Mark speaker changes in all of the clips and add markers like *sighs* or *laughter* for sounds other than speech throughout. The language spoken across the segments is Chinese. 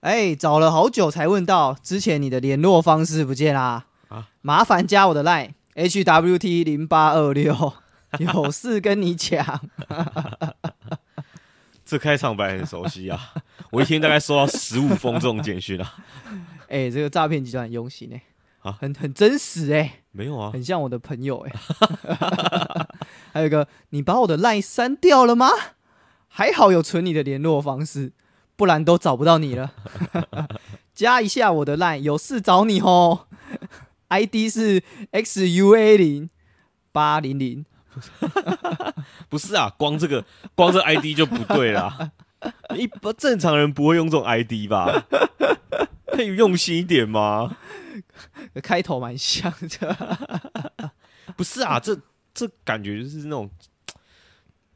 Speaker 1: 哎，找了好久才问到，之前你的联络方式不见啦。
Speaker 2: 啊
Speaker 1: 麻烦加我的 line hwt 零八二
Speaker 2: *laughs*
Speaker 1: 六，有事跟你讲。
Speaker 2: 这开场白很熟悉啊， *laughs* 我一天大概收到十五封这种简讯啊。
Speaker 1: 哎、这个诈骗集团很用心哎、
Speaker 2: 啊
Speaker 1: 很很真实哎、
Speaker 2: 没有啊，
Speaker 1: 很像我的朋友哎、 *laughs* 还有一个，你把我的 line 删掉了吗？还好有存你的联络方式，不然都找不到你了。 *laughs* 加一下我的 line，有事找你哦。ID 是 xua 零八零零，
Speaker 2: 不是啊，光这个光这 ID 就不对啦。一般正常人不会用这种 ID 吧？可以用心一点吗？
Speaker 1: 开头蛮像的。
Speaker 2: 不是啊，这这感觉就是那种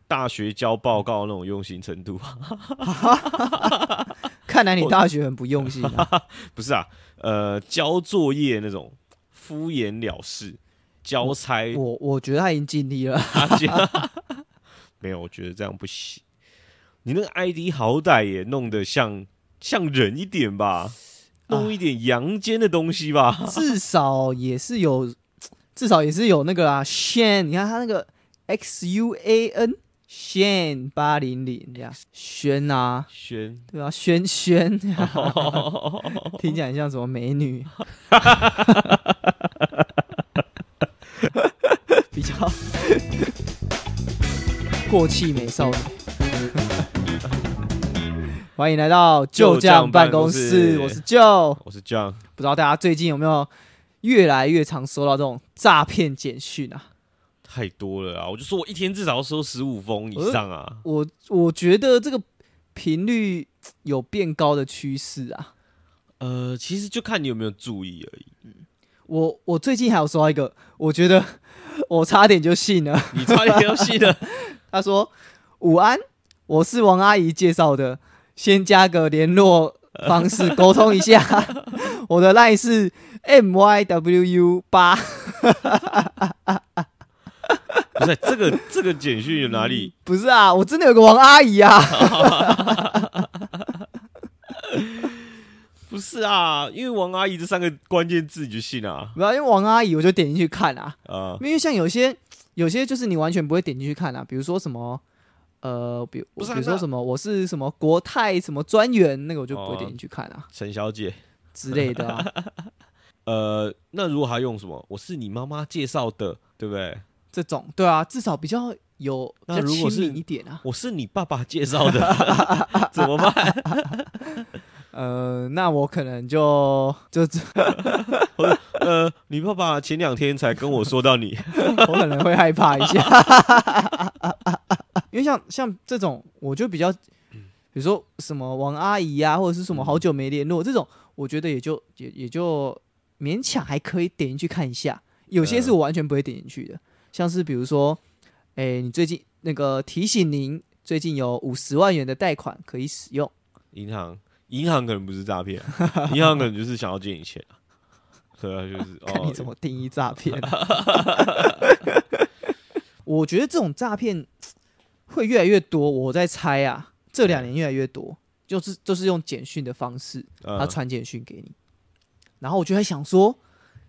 Speaker 2: 大学交报告那种用心程度啊。
Speaker 1: 看来你大学很不用心啊。
Speaker 2: 不是啊，呃，交作业那种敷衍了事，交差
Speaker 1: 我我觉得他已经尽力了。
Speaker 2: 阿 *laughs* 杰，没有，我觉得这样不行。你那个 ID 好歹也弄得像像人一点吧，弄一点阳间的东西吧。
Speaker 1: 至少也是有，至少也是有那个啊，Shan，你看他那个 X U A N Shan 八零零这样，轩啊，
Speaker 2: 轩，
Speaker 1: 对啊，轩
Speaker 2: *laughs*
Speaker 1: 轩，听起来像什么美女，比较过气美少
Speaker 2: *laughs*
Speaker 1: 女。欢迎来到旧将办公室，
Speaker 2: 旧将办公室
Speaker 1: 我是旧。
Speaker 2: 我是 John，
Speaker 1: 不知道大家最近有没有越来越常收到这种诈骗简讯啊？
Speaker 2: 太多了啊！我就说我一天至少要收十五封以上啊。
Speaker 1: 我我觉得这个频率嘖有变高的趋势啊。
Speaker 2: 呃，其实就看你有没有注意而 *laughs* 已。
Speaker 1: 我我最近还有收到一个，我觉得 *laughs* 我差点就信了。
Speaker 2: 你差点要信了，
Speaker 1: 他说：“午安，我是王阿姨介绍的，先加个联络方式沟通一下。 *laughs* 我的 line 是 m y w u 八，
Speaker 2: *laughs* 不是这个这个简讯有哪里？
Speaker 1: 不是啊，我真的有个王阿姨啊。 *laughs*
Speaker 2: 不是啊，因为王阿姨这三个关键字你就信啊
Speaker 1: 不要因为王阿姨，我就点进去看啊。
Speaker 2: 啊、
Speaker 1: 因为像有些有些就是你完全不会点进去看啊，比如说什么呃，比
Speaker 2: 不是啊
Speaker 1: 比如说
Speaker 2: 那
Speaker 1: 什么我是什么国泰什么专员，那个我就不会点进去看啊、
Speaker 2: 陈小姐。
Speaker 1: 之类的 *laughs* 啊，
Speaker 2: 呃，那如果还用什么？我是你妈妈介绍的，对不对？
Speaker 1: 这种对啊，至少比较有比
Speaker 2: 那
Speaker 1: 较
Speaker 2: 如
Speaker 1: 亲
Speaker 2: 果是
Speaker 1: 民一点 *laughs* 啊。
Speaker 2: 我是你爸爸介
Speaker 1: *laughs*
Speaker 2: 绍的，怎么办？
Speaker 1: 呃，那我可能就就我
Speaker 2: 呃，你爸爸前两天才跟我说到你， *laughs*
Speaker 1: 可能会害怕一下，因为像像这种我就比较，比如说什么王阿姨啊，或者是什么好久没联络、这种，我觉得也就也也就勉强还可以点进去看一下。有些是我完全不会点进去的，像是比如说，哎、你最近那个提醒您最近有五十万元的贷款可以使用，
Speaker 2: 银行，银行可能不是诈骗，啊
Speaker 1: *laughs*
Speaker 2: 银行可能就是想要借你钱啊。对啊，就是
Speaker 1: 看你
Speaker 2: 哦
Speaker 1: 怎，么定义诈骗、我觉得这种诈骗会越来越多，我在猜啊，这两年越来越多，就是就是用简讯的方式，
Speaker 2: 呃
Speaker 1: 他传简讯给你，然后我就在想说，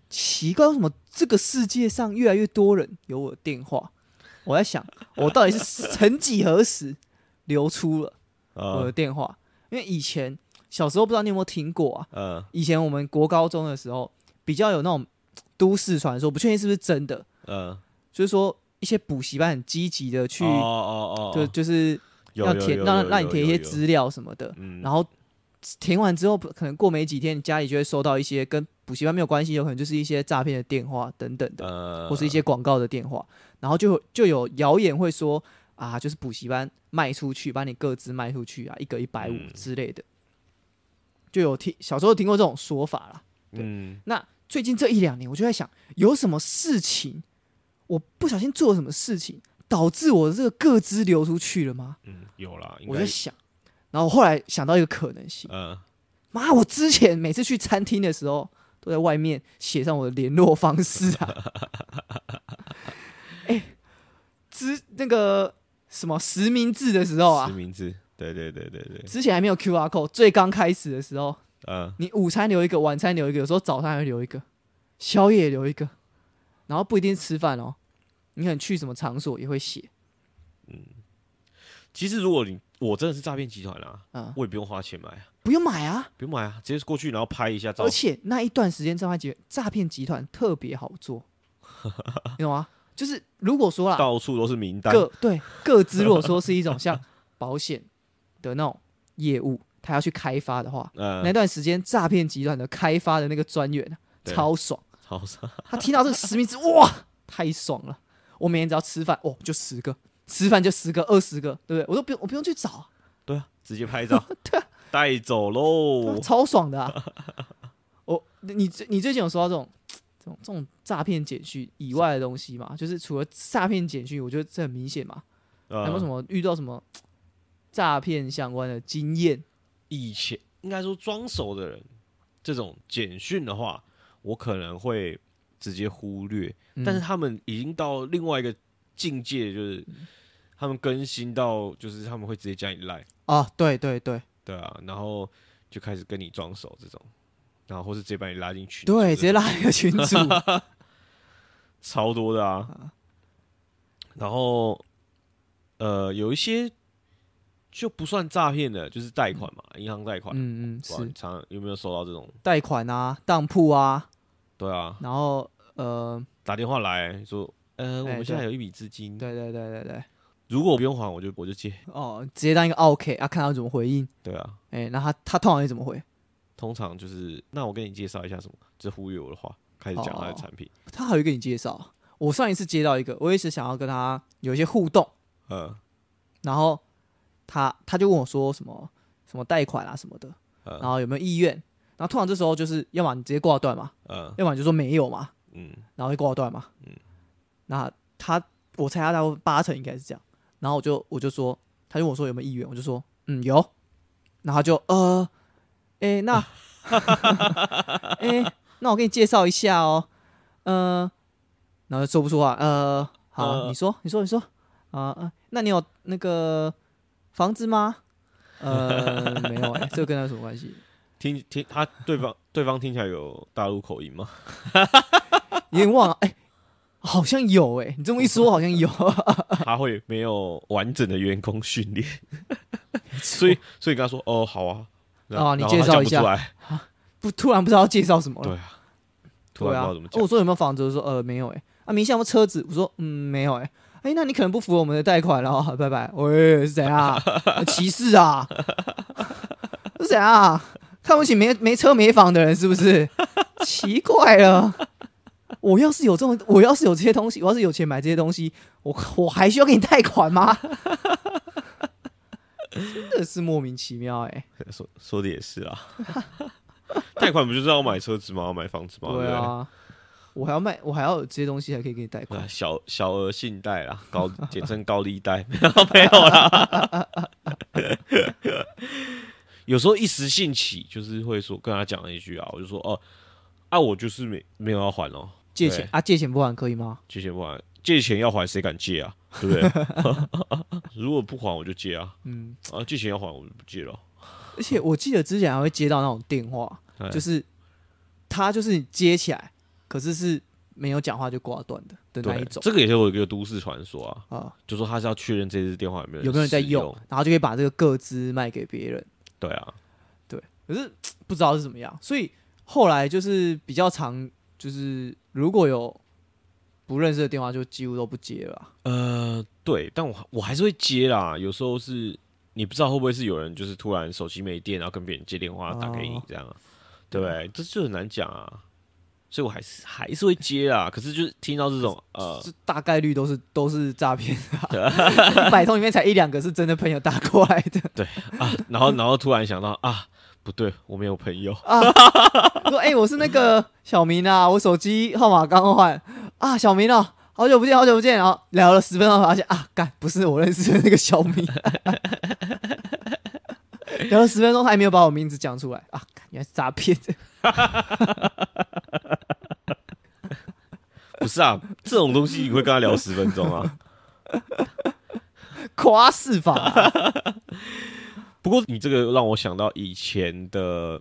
Speaker 1: 奇怪，为什么这个世界上越来越多人有我的电话？我在想，我到底是曾几何时流出了我的
Speaker 2: 呃
Speaker 1: 电话？因为以前小时候不知道你有没有听过啊，
Speaker 2: 呃
Speaker 1: 以前我们国高中的时候，比较有那种都市传说，不确定是不是真的，
Speaker 2: 呃，
Speaker 1: 就是说一些补习班很积极的去，
Speaker 2: 哦哦哦，
Speaker 1: 就就是
Speaker 2: 有
Speaker 1: 要
Speaker 2: 有
Speaker 1: 填
Speaker 2: 有
Speaker 1: 让
Speaker 2: 有
Speaker 1: 让
Speaker 2: 有
Speaker 1: 你填一
Speaker 2: 有
Speaker 1: 些
Speaker 2: 有
Speaker 1: 资料什么的，
Speaker 2: 嗯
Speaker 1: 然后填完之后，可能过没几天，家里就会收到一些跟补习班没有关系，有可能就是一些诈骗的电话等等的，
Speaker 2: 呃，
Speaker 1: 或是一些广告的电话，然后就就有谣言会说啊，就是补习班卖出去，把你各自卖出去啊，一个一百五
Speaker 2: 嗯
Speaker 1: 之类的，就有听小时候听过这种说法啦。
Speaker 2: 嗯
Speaker 1: 那最近这一两年，我就在想，有什么事情我不小心做了什么事情，导致我的这个个资流出去了吗？
Speaker 2: 嗯有啦，应
Speaker 1: 我
Speaker 2: 该
Speaker 1: 在想，然后我后来想到一个可能性，
Speaker 2: 呃
Speaker 1: 妈，我之前每次去餐厅的时候，都在外面写上我的联络方式啊。
Speaker 2: *laughs*
Speaker 1: 哎、之那个什么实名制的时候
Speaker 2: 实
Speaker 1: 啊，
Speaker 2: 名制对对对对对，
Speaker 1: 之前还没有 QR code，最刚开始的时候，
Speaker 2: 嗯，
Speaker 1: 你午餐留一个，晚餐留一个，有时候早餐还会留一个，宵夜也留一个，然后不一定吃饭哦，你可能去什么场所也会写，
Speaker 2: 其实如果你我真的是诈骗集团啦、
Speaker 1: 嗯
Speaker 2: 我也不用花钱买啊，
Speaker 1: 不用买啊。
Speaker 2: 不用买啊，直接过去然后拍一下照
Speaker 1: 而，且那一段时间，诈骗集诈骗集团特别好
Speaker 2: *laughs*
Speaker 1: 做，你懂吗？就是如果说啦，
Speaker 2: 到处都是名单，
Speaker 1: 各对各自如果说是一种像保险的那种业务，他要去开发的话，那
Speaker 2: 嗯，
Speaker 1: 段时间诈骗集团的开发的那个专员啊
Speaker 2: 对
Speaker 1: 超爽，
Speaker 2: 好傻，
Speaker 1: 他听到这个实名制，哇，太爽了！我每天只要吃饭，哦，就十个，吃饭就十个、二十个，对不对？我都不用，我不用去找啊，
Speaker 2: 对啊，直接拍
Speaker 1: *laughs*
Speaker 2: 照，对啊，带
Speaker 1: 对
Speaker 2: 走
Speaker 1: 啊
Speaker 2: 喽，
Speaker 1: 超爽的啊！我你最你最近有收到这种这种这种诈骗简讯以外的东西吗？就是除了诈骗简讯，我觉得这很明显嘛。
Speaker 2: 有
Speaker 1: 有没有什么遇到什么诈骗相关的经验？
Speaker 2: 以前应该说装熟的人，这种简讯的话，我可能会直接忽略。
Speaker 1: 嗯
Speaker 2: 但是他们已经到另外一个境界，就是
Speaker 1: 嗯
Speaker 2: 他们更新到，就是他们会直接加你 line，
Speaker 1: 啊，对对对
Speaker 2: 对啊，然后就开始跟你装熟这种，然后或是直接把你拉进群组这种，
Speaker 1: 对，直接拉
Speaker 2: *laughs*
Speaker 1: 一个群主，
Speaker 2: 超多的啊。然后呃，有一些就不算诈骗的，就是贷款嘛，银行贷款。
Speaker 1: 嗯嗯，
Speaker 2: 不知道你
Speaker 1: 是
Speaker 2: 常有没有收到这种？
Speaker 1: 贷款啊，当铺啊，
Speaker 2: 对啊，
Speaker 1: 然后呃，
Speaker 2: 打电话来说，呃，我
Speaker 1: 哎
Speaker 2: 们现在
Speaker 1: 对
Speaker 2: 有一笔资金，
Speaker 1: 对对对对对，
Speaker 2: 如果不用还，我就我就借。
Speaker 1: 哦，直接当一个 OK 啊，看他怎么回应，
Speaker 2: 对啊，
Speaker 1: 哎，那他他通常会怎么回？
Speaker 2: 通常就是，那我跟你介绍一下什么，就忽略我的话，开始讲他的产品。
Speaker 1: 他还会跟你介绍。我上一次接到一个，我也是想要跟他有一些互动，哦
Speaker 2: 呃
Speaker 1: 然后他他就问我说什么什么贷款啊什么的，
Speaker 2: 呃
Speaker 1: 然后有没有意愿？然后通常这时候就是要么你直接挂断嘛，
Speaker 2: 呃，
Speaker 1: 要么你就说没有嘛，
Speaker 2: 嗯，
Speaker 1: 然后就挂断嘛。那他我猜他大概八成应该是这样。然后我就我就说，他就问我说有没有意愿，我就说嗯有。然后他就呃，诶，那， *laughs* 诶，那我给你介绍一下哦，呃，然后就说不出话，呃，好，
Speaker 2: 呃
Speaker 1: 你说你说你说啊、呃，那你有那个房子吗？呃，没有哎、这个跟他有什么关系？
Speaker 2: 听听他对方对方听起来有大陆口音吗？ *laughs*
Speaker 1: 有点忘了，哎、好像有哎、你这么一说好像有，
Speaker 2: 他会没有完整的员工训练， *laughs*
Speaker 1: *laughs*
Speaker 2: 所以所以跟他说，哦，好啊，然后
Speaker 1: 哦你
Speaker 2: 然后他
Speaker 1: 介绍
Speaker 2: 讲
Speaker 1: 一
Speaker 2: 不
Speaker 1: 下
Speaker 2: 出来，
Speaker 1: 不突然不知道要介绍什么了
Speaker 2: 对。啊，突然不知道怎么
Speaker 1: 对啊
Speaker 2: 讲
Speaker 1: 我，说有没有房子？我说呃没有哎、啊，明星有没有车子？我说嗯没有哎、哎、那你可能不符合我们的贷款了哦，拜拜。喂，是怎样啊？歧视啊？是怎样啊？看不起没没车没房的人是不是？ *laughs* 奇怪了。我要是有这种，我要是有这些东西，我要是有钱买这些东西，我我还需要给你贷款吗？ *laughs* 真的是莫名其妙哎、
Speaker 2: *laughs* 说说的也是啊。 *laughs* 贷款不就是要买车子吗？买房子吗？
Speaker 1: 对
Speaker 2: 对不对
Speaker 1: 啊，我还要卖，我还要有这些东西才可以给你贷款
Speaker 2: 啊，。小小额信贷啦，高简称高利贷， *laughs* 没有没有啦。 *laughs* 有时候一时兴起，就是会说跟他讲了一句啊，我就说哦，啊，我就是没没有要还哦，
Speaker 1: 借钱
Speaker 2: 对
Speaker 1: 啊，借钱不还可以吗？
Speaker 2: 借钱不还，借钱要还谁敢借啊，对不对？ *laughs* 如果不还我就借啊，
Speaker 1: 嗯，
Speaker 2: 啊，借钱要还我就不借了，
Speaker 1: 而且我记得之前还会接到那种电话，
Speaker 2: 哎
Speaker 1: 就是他就是你接起来，可是是没有讲话就挂断的的那
Speaker 2: 对
Speaker 1: 一，种
Speaker 2: 这个也是我一个都市传说啊，
Speaker 1: 啊，
Speaker 2: 就说他是要确认这支电话有没有
Speaker 1: 有没有人在
Speaker 2: 使
Speaker 1: 用
Speaker 2: 用，？
Speaker 1: 然后就可以把这个个资卖给别人，
Speaker 2: 对啊，
Speaker 1: 可是不知道是怎么样，所以后来就是比较常就是如果有不认识的电话，就几乎都不接了啊。
Speaker 2: 呃，对，但我还我还是会接啦。有时候是你不知道会不会是有人就是突然手机没电，然后跟别人接电话打给你
Speaker 1: 哦
Speaker 2: 这样啊，对不对？这就很难讲啊。所以我还是还是会接啦。可是就是听到这种呃，
Speaker 1: 这大概率都是都是诈骗啊，
Speaker 2: *laughs*
Speaker 1: 一百通里面才一两个是真的朋友打过来的。
Speaker 2: 然后然后突然想到啊，不对，我没有朋友， *laughs*
Speaker 1: 说：“哎、我是那个小明啊，我手机号码刚换啊，小明哦，好久不见，好久不见。”然后聊了十分钟，发现啊，干不是我认识的那个小明。 *laughs* 聊了十分钟，他还没有把我名字讲出来啊，干原来是诈骗。 *laughs*
Speaker 2: 不是啊，这种东西你会跟他聊十分钟啊？ *laughs*
Speaker 1: 夸饰法啊、
Speaker 2: 不过你这个让我想到以前的，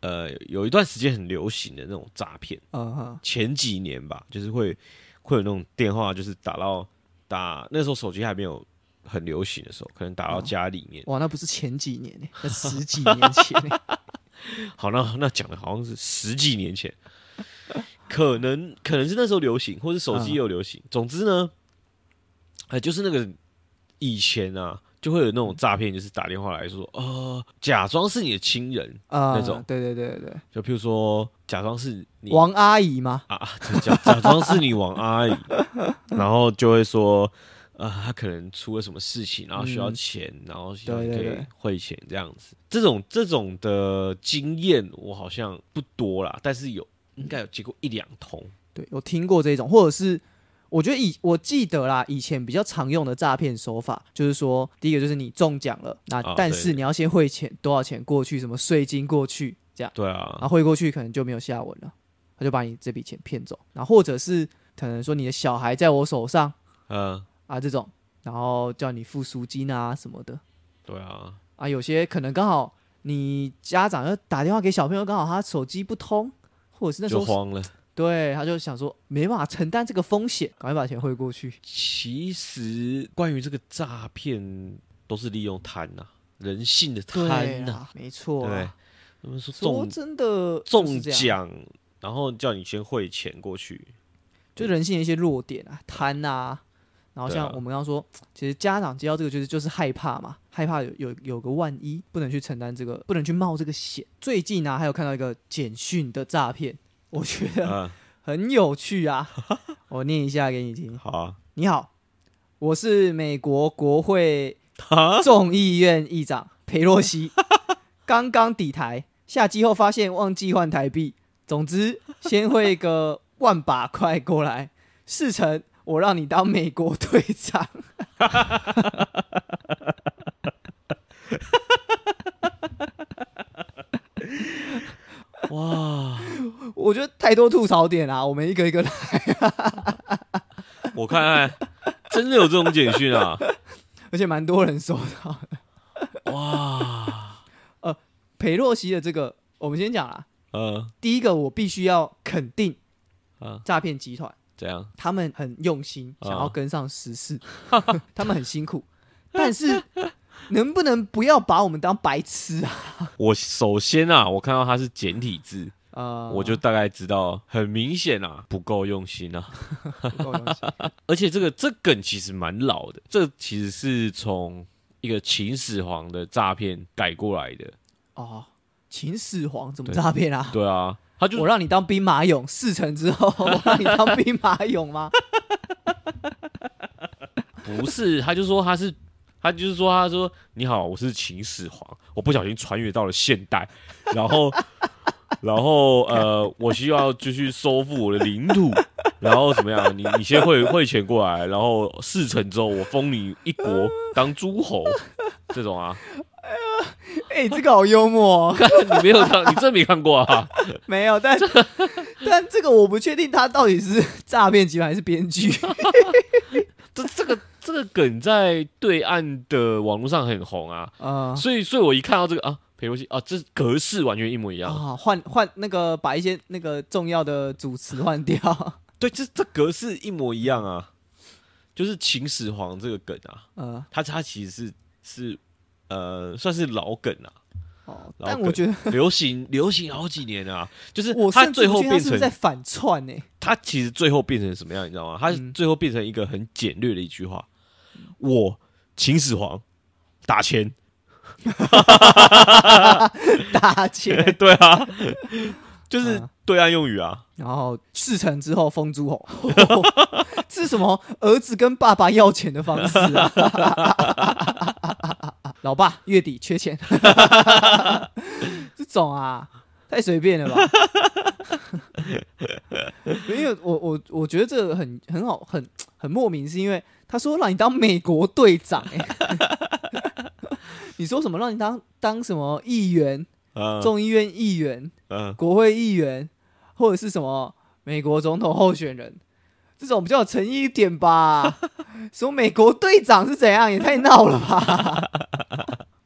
Speaker 2: 呃，有一段时间很流行的那种诈骗，
Speaker 1: 嗯哼，
Speaker 2: 前几年吧，就是会会有那种电话，就是打到打那时候手机还没有很流行的时候，可能打到家里面。
Speaker 1: 哇，那不是前几年呢、那十几年前
Speaker 2: *laughs*
Speaker 1: 呢、
Speaker 2: 好，那那讲的好像是十几年前，可能可能是那时候流行，或是手机也有流行。总之呢，呃，就是那个以前啊，就会有那种诈骗，就是打电话来说，呃，假装是你的亲人，
Speaker 1: 啊、
Speaker 2: 那种
Speaker 1: 对对对对
Speaker 2: 就譬如说假装是
Speaker 1: 对，
Speaker 2: 你
Speaker 1: 王阿姨吗？
Speaker 2: 啊，假 *laughs* 假装是你王阿姨，然后就会说，呃，他可能出了什么事情，然后需要
Speaker 1: 嗯
Speaker 2: 钱，然后希望你
Speaker 1: 对
Speaker 2: 可
Speaker 1: 对
Speaker 2: 以
Speaker 1: 对
Speaker 2: 汇钱这样子。这种这种的经验我好像不多啦，但是有应该有接过一两通。
Speaker 1: 对，有听过这种，或者是我觉得以我记得啦，以前比较常用的诈骗手法就是说，第一个就是你中奖了，那
Speaker 2: 啊
Speaker 1: 但
Speaker 2: 对
Speaker 1: 是你要先汇钱多少钱过去，什么税金过去这样，
Speaker 2: 对
Speaker 1: 然后
Speaker 2: 啊，
Speaker 1: 汇过去可能就没有下文了，他就把你这笔钱骗走，然后或者是可能说你的小孩在我手上
Speaker 2: 嗯，
Speaker 1: 啊这种，然后叫你付赎金啊什么的
Speaker 2: 对啊，
Speaker 1: 啊，有些可能刚好你家长要打电话给小朋友，刚好他手机不通。或者嗯是那时
Speaker 2: 就
Speaker 1: 候
Speaker 2: 慌了。
Speaker 1: 对，他就想说没办法承担这个风险，赶快把钱汇过去。
Speaker 2: 其实关于这个诈骗，都是利用贪呐、人性的
Speaker 1: 对
Speaker 2: 贪呐、
Speaker 1: 啦，没错
Speaker 2: 对
Speaker 1: 啦。
Speaker 2: 他们说
Speaker 1: 啊说
Speaker 2: 中
Speaker 1: 真的，
Speaker 2: 中
Speaker 1: 就是这样，
Speaker 2: 奖，然后叫你先汇钱过去，
Speaker 1: 就人性的一些弱点啊，贪啊。然后
Speaker 2: 对
Speaker 1: 像
Speaker 2: 啊
Speaker 1: 我们刚刚说，其实家长接到这个就是就是害怕嘛，害怕有有有个万一，不能去承担这个，不能去冒这个险。最近啊，还有看到一个简讯的诈骗，我觉得
Speaker 2: 啊，
Speaker 1: 很有趣啊，我念一下给你听。*laughs*
Speaker 2: 好啊，
Speaker 1: 你好，我是美国国会
Speaker 2: 啊
Speaker 1: 众议院议长裴洛
Speaker 2: *laughs*
Speaker 1: 西，刚刚抵台，下机后发现忘记换台币，总之先汇个万把块过来，事成我让你当美国队长。
Speaker 2: 哇！
Speaker 1: 我觉得太多吐槽点啦、我们一个一个来。
Speaker 2: 我看看，真的有这种简讯啊！
Speaker 1: 而且蛮多人收到的。
Speaker 2: 哇，
Speaker 1: 裴洛西的这个，我们先讲啦。
Speaker 2: 呃，
Speaker 1: 第一个，我必须要肯定
Speaker 2: 啊，
Speaker 1: 诈骗集团。
Speaker 2: 怎样？
Speaker 1: 他们很用心，
Speaker 2: 啊
Speaker 1: 想要跟上时
Speaker 2: *laughs*
Speaker 1: 事，他们很辛苦，但是能不能不要把我们当白痴啊？
Speaker 2: 我首先啊，我看到它是简体字，
Speaker 1: 呃，
Speaker 2: 我就大概知道，很明显啊，不够用心啊。
Speaker 1: 不够
Speaker 2: *laughs*
Speaker 1: 用心
Speaker 2: 而且这个这梗其实蛮老的，这其实是从一个秦始皇的诈骗改过来的。
Speaker 1: 哦，秦始皇怎么
Speaker 2: 对
Speaker 1: 诈骗啊？
Speaker 2: 对啊，他就
Speaker 1: 我让你当兵马俑，事成之后我让你当兵马俑
Speaker 2: *laughs*
Speaker 1: 吗？
Speaker 2: 不是，他就说他是，他就是说他说你好，我是秦始皇，我不小心穿越到了现代，然后，然后呃，我需要继续收复我的领土，然后怎么样？你你先汇汇钱过来，然后事成之后，我封你一国当诸侯，这种啊，
Speaker 1: 哎、这个好幽默、哦，
Speaker 2: 你没有看，你真没看过啊？
Speaker 1: 没有，
Speaker 2: *laughs*
Speaker 1: 但但这个我不确定他到底是诈骗集团还是编
Speaker 2: *laughs*
Speaker 1: 剧。
Speaker 2: 这这个这个梗在对岸的网络上很红啊，
Speaker 1: 啊
Speaker 2: 所以所以我一看到这个啊，裴洛西啊，这格式完全一模一样。
Speaker 1: 啊，换换那个把一些那个重要的主词换掉。 *laughs*
Speaker 2: 对，这这格式一模一样啊，就是秦始皇这个梗啊，
Speaker 1: 呃，
Speaker 2: 它它其实是是呃算是老梗啊，
Speaker 1: 哦，
Speaker 2: 老
Speaker 1: 但
Speaker 2: 梗
Speaker 1: 我觉得
Speaker 2: 流行 *laughs* 流行好几年啊，就是
Speaker 1: 我
Speaker 2: 它
Speaker 1: 甚至
Speaker 2: 最
Speaker 1: 不
Speaker 2: 后
Speaker 1: 确定他
Speaker 2: 变
Speaker 1: 是不是
Speaker 2: 成
Speaker 1: 在反串欸呢、
Speaker 2: 它其实最后变成什么样，你知道吗？它
Speaker 1: 嗯
Speaker 2: 最后变成一个很简略的一句话：我秦始皇打钱，
Speaker 1: *laughs* 大钱，
Speaker 2: *laughs* 对
Speaker 1: *laughs*
Speaker 2: 啊，就是
Speaker 1: 嗯
Speaker 2: 对岸用语啊，
Speaker 1: 然后事成之后封诸侯， *laughs* 这是什么儿子跟爸爸要钱的方式啊？ *laughs* 老爸月底缺钱， *laughs* 这种啊，太随便了吧？ *laughs* 因为我我我觉得这个很很好，很很莫名，是因为他说让你当美国队长、欸， *laughs* 你说什么让你当当什么议员，
Speaker 2: 嗯
Speaker 1: 众议院议员，
Speaker 2: 嗯，
Speaker 1: 国会议员或者是什么美国总统候选人，这种比较有诚意一
Speaker 2: *laughs*
Speaker 1: 点吧。什么美国队长是怎样，也太闹了吧！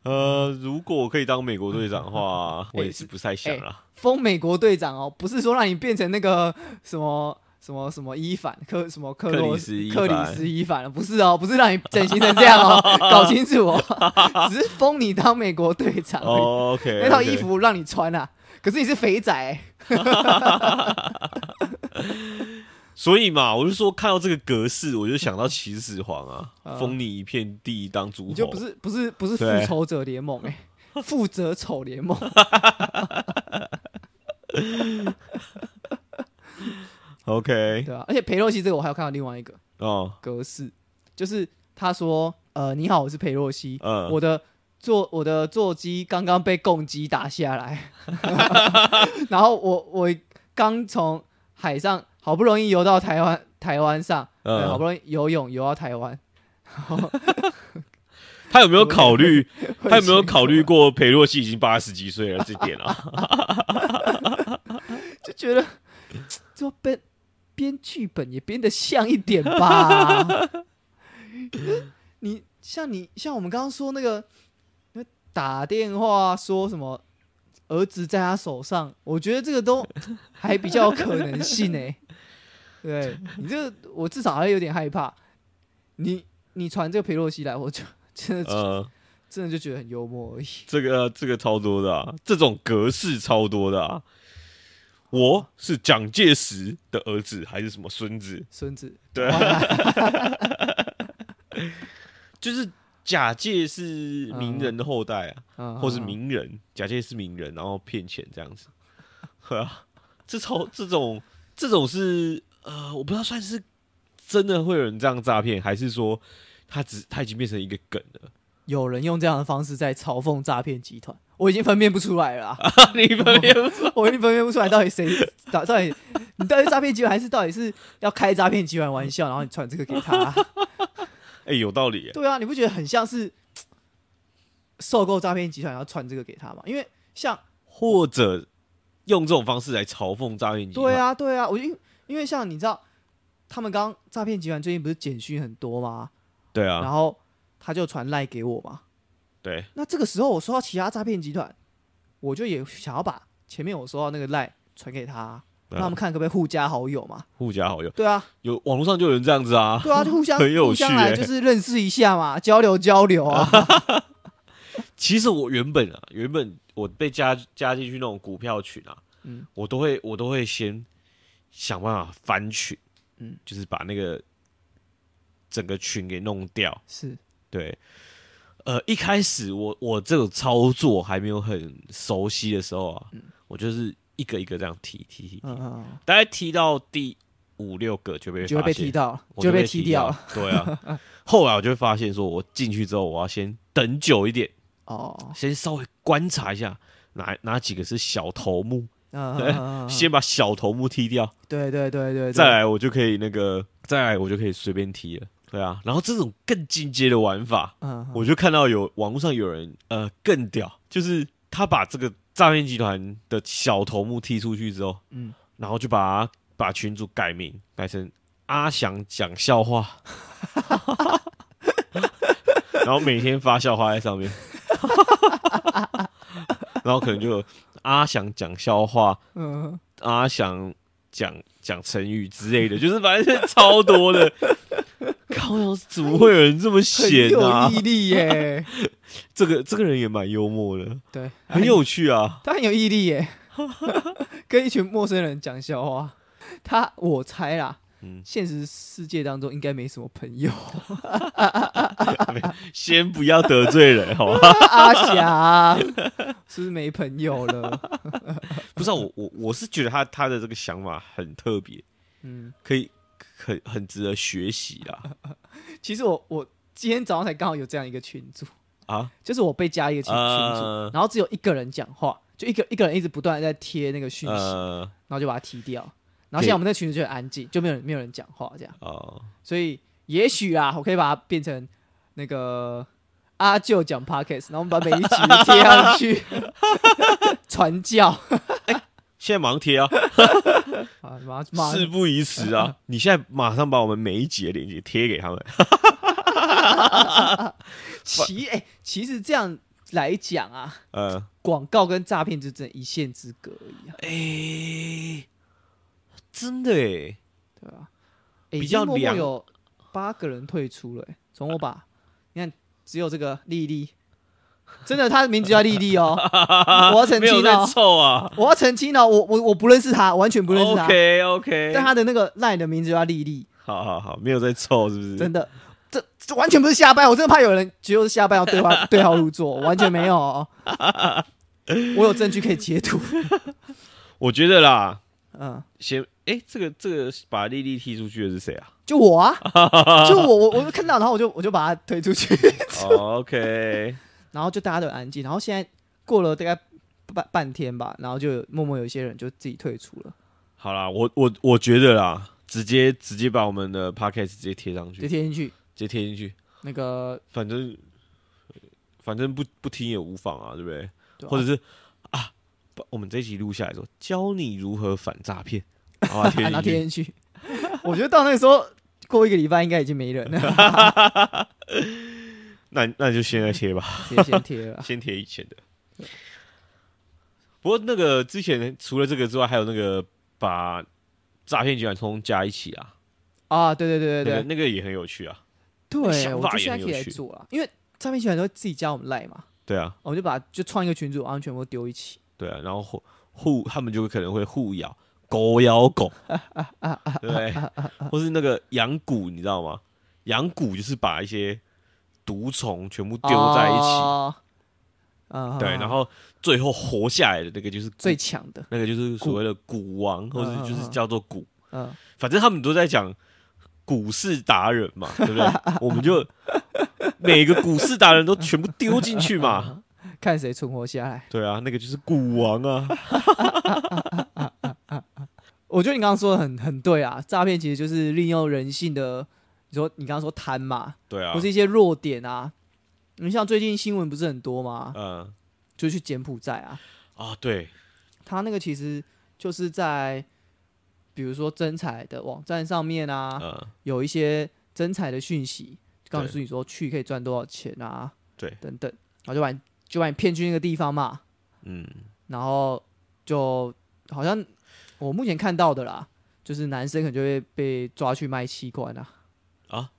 Speaker 2: 呃，
Speaker 1: 嗯
Speaker 2: 如果我可以当美国队长
Speaker 1: *laughs*
Speaker 2: 的话，我也是不太想啊啦。
Speaker 1: *laughs* 封美国队长哦，不是说让你变成那个什么什么什么伊凡克什么克
Speaker 2: 克
Speaker 1: 洛
Speaker 2: 里斯伊
Speaker 1: 克里
Speaker 2: 凡
Speaker 1: 斯伊凡，不是哦，不是让你整形成这样
Speaker 2: *laughs*
Speaker 1: 哦，搞清楚哦，只是封你当美国队长而已，
Speaker 2: 哦 OK，
Speaker 1: 哎 *laughs* 那套衣服让你穿啊，可是你是肥仔、欸，
Speaker 2: 所以嘛，我就说看到这个格式，我就想到秦始皇啊，
Speaker 1: 啊
Speaker 2: 封你一片地当诸侯，
Speaker 1: 你就不是不是不是复
Speaker 2: 对哎
Speaker 1: 仇者联盟
Speaker 2: *laughs*
Speaker 1: 哎、复仇丑联盟，
Speaker 2: OK
Speaker 1: 对吧、而且裴洛西这个我还有看到另外一个 *laughs*
Speaker 2: 哦，
Speaker 1: 格式，就是他说呃你好，我是裴洛西，
Speaker 2: 嗯，
Speaker 1: 我的座我的座机刚刚被共机打下来，
Speaker 2: *laughs*
Speaker 1: 然后我我刚从海上好不容易游到台湾台湾上，
Speaker 2: 嗯
Speaker 1: 对好不容易游泳游到台湾，
Speaker 2: 他有没有考虑？他有没
Speaker 1: 很
Speaker 2: 有
Speaker 1: 辛苦
Speaker 2: 考虑？过裴洛西已经八十几岁了这点
Speaker 1: *laughs*
Speaker 2: 啊？
Speaker 1: 就觉得这编编剧本也编得像一点吧。
Speaker 2: *laughs*
Speaker 1: 你像你像我们刚刚说那个，那打电话说什么儿子在他手上，我觉得这个
Speaker 2: *laughs*
Speaker 1: 都还比较有可能性呢、对你这个，我至少还有点害怕。你你传这个裴洛西来，我就真的、
Speaker 2: 呃，
Speaker 1: 真的就觉得很幽默而已。
Speaker 2: 这个呃这个超多的啊，这种格式超多的啊。我是蒋介石的儿子还是什么孙子？
Speaker 1: 孙子，
Speaker 2: 对 *laughs*
Speaker 1: 哇
Speaker 2: 就是假借是名人的后代啊，
Speaker 1: 嗯
Speaker 2: 或是名人，假借是名人，然后骗钱这样子。 *laughs* 对啊，这超这种这种是呃，我不知道算是真的会有人这样诈骗，还是说他只他已经变成一个梗了。
Speaker 1: *laughs* 有人用这样的方式在嘲讽诈骗集团，我已经分辨不出来了啊、 *laughs*
Speaker 2: 你们也不是
Speaker 1: 我已经分辨不出来到底谁到到底你到底是诈骗集团还是到底是要开诈骗集团玩笑，然后你传这个给他、
Speaker 2: *laughs* 哎、有道理耶。
Speaker 1: 对啊，你不觉得很像是受够诈骗集团，然后传这个给他吗？因为像
Speaker 2: 或者用这种方式来嘲讽诈骗集团。
Speaker 1: 对，啊对啊，我因因为像你知道，他们刚诈骗集团最近不是简讯很多吗？
Speaker 2: 对
Speaker 1: 然
Speaker 2: 啊，
Speaker 1: 后他就传赖给我嘛，
Speaker 2: 对，
Speaker 1: 那这个时候我收到其他诈骗集团，我就也想要把前面我收到那个赖传给他啊，
Speaker 2: 嗯
Speaker 1: 让他们看可不可以互加好友嘛？
Speaker 2: 互加好友，
Speaker 1: 对
Speaker 2: *laughs*
Speaker 1: 啊，
Speaker 2: 有网络上就有人这样子啊，
Speaker 1: 对啊，就互相
Speaker 2: 很有
Speaker 1: 互相
Speaker 2: 趣
Speaker 1: 来
Speaker 2: 欸
Speaker 1: 就是认识一下嘛， *laughs* 交流交流
Speaker 2: *laughs*
Speaker 1: 啊。
Speaker 2: 其实我原本啊，原本我被加加进去那种股票群啊，
Speaker 1: 嗯
Speaker 2: 我都会我都会先想办法翻群，
Speaker 1: 嗯
Speaker 2: 就是把那个整个群给弄掉。
Speaker 1: 是，
Speaker 2: 对，呃，一开始我我这种操作还没有很熟悉的时候啊，我就是一个一个这样踢踢踢，
Speaker 1: 嗯嗯，
Speaker 2: 大概踢到第五六个就被
Speaker 1: 嗯就会
Speaker 2: 发
Speaker 1: 被
Speaker 2: 现
Speaker 1: 踢到了，
Speaker 2: 我
Speaker 1: 就
Speaker 2: 就
Speaker 1: 会被
Speaker 2: 踢
Speaker 1: 踢掉了。 *laughs*
Speaker 2: 了。对啊，后来我就会发现，说我进去之后，我要先等久一点，
Speaker 1: 哦，
Speaker 2: 先稍微观察一下哪哪几个是小头目， *laughs*
Speaker 1: 嗯，
Speaker 2: 对
Speaker 1: 嗯嗯嗯
Speaker 2: 先把小头目踢掉，
Speaker 1: 对对对对，对
Speaker 2: 再来我就可以那个，再来我就可以随便踢了。对啊，然后这种更进阶的玩法，
Speaker 1: 嗯，嗯
Speaker 2: 我就看到有网络上有人呃更屌，就是他把这个诈骗集团的小头目踢出去之后，
Speaker 1: 嗯
Speaker 2: 嗯，然后就把他把群主改名改成阿翔讲笑话，
Speaker 1: *laughs*
Speaker 2: 然后每天发笑话在上面，
Speaker 1: *laughs*
Speaker 2: 然后可能就有阿翔讲笑话，
Speaker 1: 嗯，嗯
Speaker 2: 阿翔讲讲成语之类的，就是反正超多
Speaker 1: *laughs*
Speaker 2: 的。靠，我想说怎么会有人这么
Speaker 1: 很
Speaker 2: 闲啊
Speaker 1: 有？毅力
Speaker 2: *laughs*
Speaker 1: 耶，
Speaker 2: 这个这个人也蛮幽默的，
Speaker 1: 对，哎
Speaker 2: 很有趣啊。
Speaker 1: 他很有毅力耶，跟一群陌生人讲笑话。他我猜啦，
Speaker 2: 嗯
Speaker 1: 现实世界当中应该没什么朋友。
Speaker 2: *laughs*
Speaker 1: *laughs*
Speaker 2: 先不要得罪人，好吧？
Speaker 1: 阿霞 *laughs* 是不是没朋友了？
Speaker 2: *laughs* 不是、啊、我我我是觉得他他的这个想法很特别，
Speaker 1: 嗯，
Speaker 2: 可以很很值得学习啊啦。
Speaker 1: 其实我我今天早上才刚好有这样一个群组，
Speaker 2: 啊，
Speaker 1: *laughs* 就是我被加一个群群组，
Speaker 2: 呃
Speaker 1: 然后只有一个人讲话，就一个一个人一直不断地在贴那个讯息，
Speaker 2: 呃
Speaker 1: 然后就把它踢掉。然后现在我们那群组就很安静，就没有人没有人讲话这样，
Speaker 2: 哦，
Speaker 1: 所以也许啊，我可以把它变成那个阿舅讲 podcast，然后我们把每一集都贴上
Speaker 2: *laughs*
Speaker 1: 去，传教
Speaker 2: 现在马上贴 *laughs* 啊，
Speaker 1: *laughs* 啊，马马
Speaker 2: 事不宜迟 *laughs* 啊，你现在马上把我们每一集的链接贴给他们。
Speaker 1: 其哎、其实这样来讲啊，
Speaker 2: 呃，
Speaker 1: 广告跟诈骗就真的一线之隔而已啊，
Speaker 2: 哎、真的哎、
Speaker 1: 对吧、诶
Speaker 2: 比
Speaker 1: 已经
Speaker 2: 较
Speaker 1: 默默
Speaker 2: 凉
Speaker 1: 有八个人退出了、诶从我把你看，只有这个丽丽，真的，她的名字叫丽丽
Speaker 2: *laughs*
Speaker 1: 哦，我要澄
Speaker 2: 没有
Speaker 1: 清
Speaker 2: 在
Speaker 1: 哦，
Speaker 2: 臭啊。
Speaker 1: 我要澄清哦，我我我不认识她，完全不认识她
Speaker 2: OK OK，
Speaker 1: 但她的那个 line 的名字叫丽丽，
Speaker 2: 好好好，没有在臭是不是？
Speaker 1: 真的。这这完全不是瞎掰，我真的怕有人觉得是瞎掰，要对号对号入座，完全没有、哦。我有证据可以截图，
Speaker 2: 我觉得啦，
Speaker 1: 嗯，
Speaker 2: 先哎、这个这个把丽丽踢出去的是谁
Speaker 1: *laughs*
Speaker 2: 啊、
Speaker 1: 就我啊，就我我我就看到，然后我就我就把他推出去，
Speaker 2: 哦、？OK，
Speaker 1: 然后就大家都很安静，然后现在过了大概半半天吧，然后就有默默有一些人就自己退出了，
Speaker 2: 好啦，我我我觉得啦，直接直接把我们的 podcast 直接贴上去，
Speaker 1: 就
Speaker 2: 直
Speaker 1: 贴进去
Speaker 2: 接贴进去，
Speaker 1: 那个，
Speaker 2: 反正反正不不听也无妨啊，对不对？
Speaker 1: 对吧
Speaker 2: 或者是啊，把我们这一集录下来说，教你如何反
Speaker 1: *laughs*
Speaker 2: 诈骗，好啊，贴
Speaker 1: 啊然后
Speaker 2: 进
Speaker 1: 贴
Speaker 2: 去。
Speaker 1: 进去， *laughs* 我觉得到那个时候过一个礼拜应该已经没人
Speaker 2: *laughs*
Speaker 1: 了，
Speaker 2: 那那就现在贴吧，
Speaker 1: 直接先贴了，
Speaker 2: 先贴以前的。不过那个之前除了这个之外，还有那个把诈骗集团通通加一起啊，
Speaker 1: 啊，对对对
Speaker 2: 那
Speaker 1: 对
Speaker 2: 个那个也很有趣啊，
Speaker 1: 对，
Speaker 2: 个
Speaker 1: 对，
Speaker 2: 想
Speaker 1: 我
Speaker 2: 法
Speaker 1: 就
Speaker 2: 也
Speaker 1: 现在
Speaker 2: 很有
Speaker 1: 可以来
Speaker 2: 趣
Speaker 1: 做啊了，因为诈骗集团都会自己加我们赖嘛。
Speaker 2: 对啊，
Speaker 1: 我们就把就创一个群组，然后全部丢一起。
Speaker 2: 对啊，然后互互他们就可能会互咬狗
Speaker 1: *laughs*
Speaker 2: 咬狗，对不对？或是那个养蛊，你知道吗？养蛊就是把一些毒虫全部丢在一起，
Speaker 1: 哦嗯，
Speaker 2: 对，
Speaker 1: 嗯
Speaker 2: 然
Speaker 1: 嗯
Speaker 2: 后最后活下来的那个就是蛊
Speaker 1: 最强的，
Speaker 2: 那个就是所谓的蛊王，或
Speaker 1: 嗯嗯
Speaker 2: 者就是
Speaker 1: 嗯
Speaker 2: 叫做蛊，
Speaker 1: 嗯，
Speaker 2: 反正他们都在讲股市达人
Speaker 1: *laughs*
Speaker 2: 嘛，对不对？我们就每个股市达人都全部丢进去嘛，
Speaker 1: *laughs* 看谁存活下来。
Speaker 2: 对啊，那个就是蛊王啊，
Speaker 1: 我觉得你刚刚说的很很对啊，诈骗其实就是利用人性的，你说你刚刚说贪嘛，
Speaker 2: 对啊
Speaker 1: 或，是一些弱点啊。你像最近新闻不是很多吗？
Speaker 2: 嗯
Speaker 1: 就去柬埔寨啊，
Speaker 2: 啊，对，
Speaker 1: 他那个其实就是在比如说真彩的网站上面啊，
Speaker 2: 嗯。
Speaker 1: 有一些真彩的讯息，告诉你说去可以赚多少钱啊，
Speaker 2: 对
Speaker 1: 等等，然后就把你就把你骗去那个地方嘛，
Speaker 2: 嗯，
Speaker 1: 然后就好像我目前看到的啦，就是男生可能就会被抓去卖器官啊，
Speaker 2: 啊，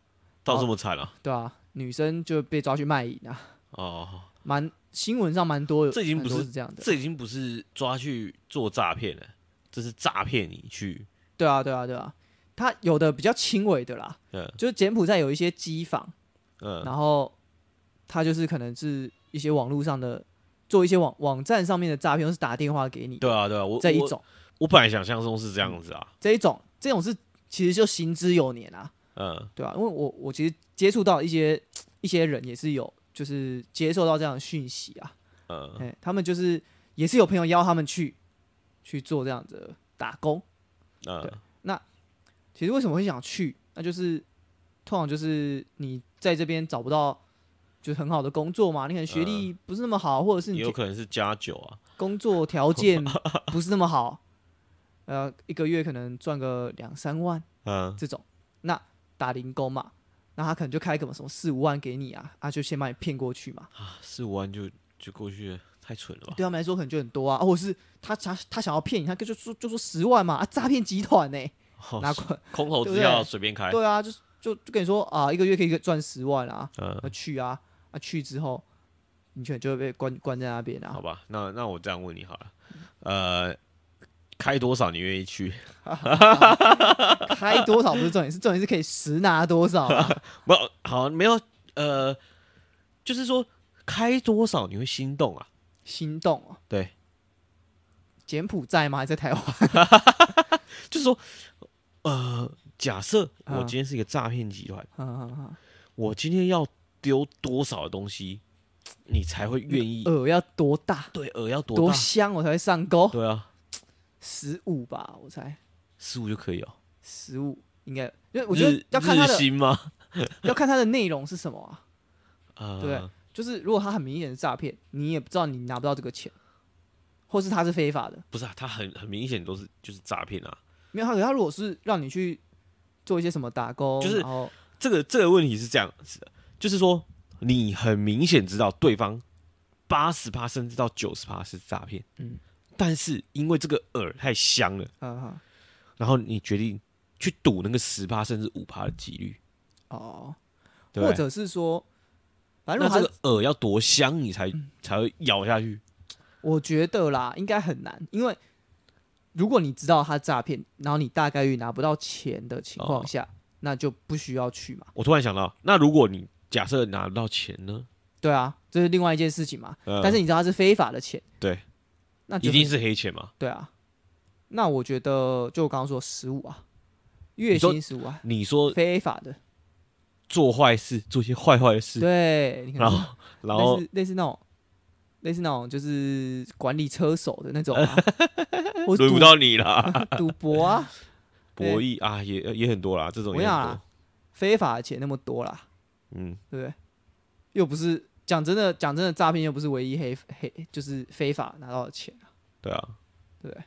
Speaker 2: 到这么惨啊！
Speaker 1: 对啊，女生就被抓去卖淫啊，
Speaker 2: 哦，
Speaker 1: 蛮新闻上蛮多，
Speaker 2: 这已经不
Speaker 1: 蛮
Speaker 2: 是
Speaker 1: 多是这样的，
Speaker 2: 这已经不是抓去做诈骗了，这是诈骗你去。
Speaker 1: 对啊，对啊，对啊，他有的比较轻微的啦，
Speaker 2: 嗯
Speaker 1: 就是柬埔寨有一些机房，
Speaker 2: 嗯
Speaker 1: 然后他就是可能是一些网络上的，做一些网网站上面的诈骗，或是打电话给你
Speaker 2: 对啊对啊，我
Speaker 1: 这一
Speaker 2: 我
Speaker 1: 种，
Speaker 2: 我本来想象中是这样子啊，
Speaker 1: 这一种，这种是其实就行之有年啊，
Speaker 2: 嗯
Speaker 1: 对啊，因为我我其实接触到一些一些人也是有，就是接受到这样的讯息啊，
Speaker 2: 嗯，
Speaker 1: 哎、他们就是也是有朋友邀他们去去做这样子的打工，
Speaker 2: 嗯
Speaker 1: 对其实为什么会想去？那就是通常就是你在这边找不到就是很好的工作嘛，你可能学历不是那么好，或者是你
Speaker 2: 嗯也有可能是加酒啊，
Speaker 1: 工作条
Speaker 2: *laughs*
Speaker 1: 件不是那么好，呃，一个月可能赚个两三万
Speaker 2: 嗯
Speaker 1: 这种，那打零工嘛，那他可能就开个什么四五万给你啊，他就先把你骗过去
Speaker 2: *laughs*
Speaker 1: 嘛。
Speaker 2: 啊，四五万就就过去了，太蠢了吧？
Speaker 1: 对他们来说可能就很多啊，或者是他他他想要骗你，他就说就说十万嘛，啊，诈骗集团呢、
Speaker 2: 哦哎
Speaker 1: 拿过
Speaker 2: 空头支
Speaker 1: 对不对
Speaker 2: 票随便开，
Speaker 1: 对啊，就是就就跟你说啊，一个月可以赚十万啊，
Speaker 2: 嗯，
Speaker 1: 那去啊，啊去之后，你可能就会被关关在那边
Speaker 2: 好
Speaker 1: 啊。
Speaker 2: 吧，那那我这样问你好了，呃，开多少你愿意去？
Speaker 1: 开多少不是重点，是重点是可以实拿多少啊。
Speaker 2: 不好，没有呃，就是说开多少你会心动啊？
Speaker 1: 心动哦。
Speaker 2: 对，
Speaker 1: 柬埔寨吗？还在台湾？
Speaker 2: 就是说，呃，假设我
Speaker 1: 嗯
Speaker 2: 今天是一个诈骗集团，
Speaker 1: 嗯嗯 *laughs* 嗯
Speaker 2: 我今天要丢多少的东西，你才会愿意？
Speaker 1: 饵要多大？
Speaker 2: 对，饵要多
Speaker 1: 呃多
Speaker 2: 大？
Speaker 1: 香我才会上钩？
Speaker 2: 对啊，
Speaker 1: 十五吧，我猜
Speaker 2: 十五就可以哦。
Speaker 1: 十五应该，因为我觉得
Speaker 2: 日
Speaker 1: 要看它
Speaker 2: 日
Speaker 1: 的
Speaker 2: 薪吗？
Speaker 1: 要看它的内容是什么啊。
Speaker 2: 啊、
Speaker 1: 对就是如果它很明显是诈骗，你也不知道你拿不到这个钱，或是它是非法的。
Speaker 2: 不是啊，他很很明显都是就是诈骗啊。
Speaker 1: 没有，它它如果是让你去做一些什么打工，
Speaker 2: 就是
Speaker 1: 然后
Speaker 2: 这个这个问题是这样子的，就是说你很明显知道对方八十趴甚至到九十趴是诈骗。嗯
Speaker 1: 嗯，
Speaker 2: 但是因为这个饵太香了，
Speaker 1: 嗯
Speaker 2: 然后你决定去赌那个十趴甚至五趴的几率，
Speaker 1: 哦，
Speaker 2: 对不
Speaker 1: 或
Speaker 2: 对？
Speaker 1: 者是说，反正嗯
Speaker 2: 那
Speaker 1: 我还
Speaker 2: 这
Speaker 1: 是
Speaker 2: 个饵要多香，你才才会咬下去。
Speaker 1: 我觉得啦，应该很难，因为如果你知道他诈骗，然后你大概率拿不到钱的情况下，
Speaker 2: 哦
Speaker 1: 那就不需要去嘛。
Speaker 2: 我突然想到，那如果你假设拿不到钱呢？
Speaker 1: 对啊，这是另外一件事情嘛。
Speaker 2: 呃
Speaker 1: 但是你知道他是非法的钱，
Speaker 2: 对，
Speaker 1: 那就
Speaker 2: 一定是黑钱嘛？
Speaker 1: 对啊。那我觉得就我刚刚说十五啊，月
Speaker 2: 你说
Speaker 1: 薪十五啊，
Speaker 2: 你说
Speaker 1: 非法的，
Speaker 2: 做坏事，做一些坏坏的事，
Speaker 1: 对，你看 *laughs*
Speaker 2: 然后然
Speaker 1: 类
Speaker 2: 后
Speaker 1: 似类似那种，类似那种就是管理车手的那种、
Speaker 2: *laughs*
Speaker 1: 啊，或是
Speaker 2: 轮不
Speaker 1: 赌
Speaker 2: 到你啦。
Speaker 1: 赌博啊，对
Speaker 2: 博弈啊，也也很多啦，这种
Speaker 1: 我
Speaker 2: 也
Speaker 1: 想
Speaker 2: 很多
Speaker 1: 啊。，非法的钱那么多啦，
Speaker 2: 嗯，
Speaker 1: 对不对？又不是讲真的，讲真的，诈骗又不是唯一黑黑，就是非法拿到的钱啊，
Speaker 2: 对啊，
Speaker 1: 对不对？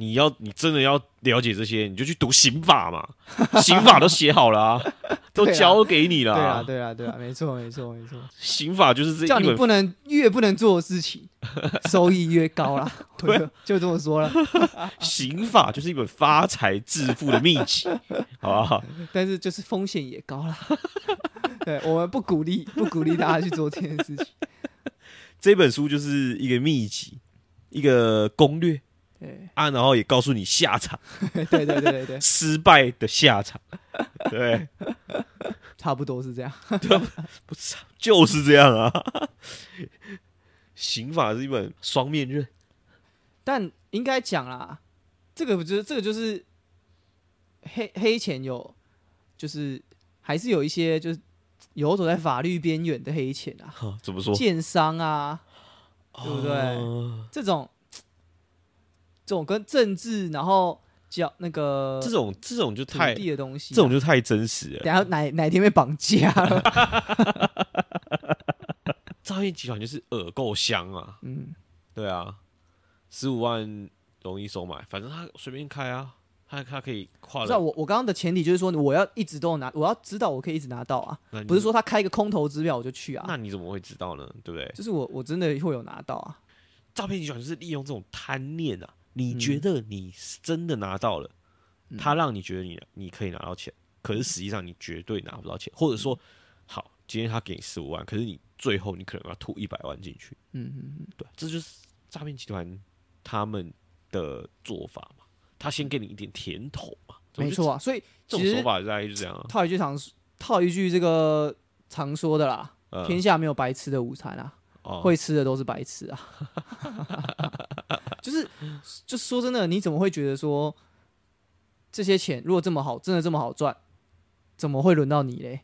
Speaker 2: 你要你真的要了解这些，你就去读刑法嘛，刑法都写好
Speaker 1: *laughs*
Speaker 2: 了啊，都
Speaker 1: 对啊
Speaker 2: 交给你了
Speaker 1: 对啊，
Speaker 2: 啊。
Speaker 1: 对啊，对啊，没错，没错，没错。
Speaker 2: 刑法就是这
Speaker 1: 叫
Speaker 2: 一
Speaker 1: 你
Speaker 2: 本，
Speaker 1: 不能越不能做的事情，收益越高 *laughs* 啦。对，就这么说了。
Speaker 2: 刑法就是一本发财致富的秘籍，好不好？
Speaker 1: 但是就是风险也高啦。 *laughs* 对，我们不鼓励，不鼓励大家去做这件事情。
Speaker 2: 这本书就是一个秘籍，一个攻略
Speaker 1: 对， *laughs*
Speaker 2: 啊，然后也告诉你下场
Speaker 1: 对对对对对，
Speaker 2: 失败的下场，对，
Speaker 1: 差不多是这样。
Speaker 2: 不是啊就是这样啊。刑法是一本双面刃，
Speaker 1: 但应该讲啦，这个不就是这个就是黑黑钱有，就是还是有一些就是游走在法律边缘的黑钱啊，
Speaker 2: 哈怎么说？
Speaker 1: 建商啊对不对
Speaker 2: 哦
Speaker 1: 这种，这种跟政治然后叫那个
Speaker 2: 这种这种就
Speaker 1: 土
Speaker 2: 太
Speaker 1: 地的东西啊、
Speaker 2: 这种就太真实了。
Speaker 1: 等下哪哪天被绑架了？
Speaker 2: 诈骗集团就是耳够香啊，
Speaker 1: 嗯，
Speaker 2: 对啊，十五万容易收买，反正他随便开啊，他他可以跨
Speaker 1: 不知道
Speaker 2: 了。
Speaker 1: 我我刚刚的前提就是说，我要一直都有拿，我要知道我可以一直拿到啊，
Speaker 2: 那你
Speaker 1: 不是说他开一个空头支票我就去
Speaker 2: 那
Speaker 1: 啊，
Speaker 2: 你怎么会知道呢？对不对？
Speaker 1: 就是我我真的会有拿到啊，
Speaker 2: 诈骗集团就是利用这种贪念啊，你觉得你是真的拿到了，
Speaker 1: 嗯
Speaker 2: 他让你觉得你你可以拿到钱，可是实际上你绝对拿不到钱，或者
Speaker 1: 嗯
Speaker 2: 说，好，今天他给你十五万，可是你最后你可能要吐一百万进去，
Speaker 1: 嗯嗯嗯，
Speaker 2: 对，这就是诈骗集团他们的做法嘛，他先给你一点甜头嘛，
Speaker 1: 没错，啊，所以
Speaker 2: 这
Speaker 1: 其
Speaker 2: 种手
Speaker 1: 实
Speaker 2: 法大概就这样啊，
Speaker 1: 套一句常套一句这个常说的啦，
Speaker 2: 嗯
Speaker 1: 天下没有白吃的午餐啊，
Speaker 2: 哦
Speaker 1: 会吃的都是白吃啊。 *laughs* 就是就说真的，你怎么会觉得说这些钱如果这么好，真的这么好赚，怎么会轮到你嘞？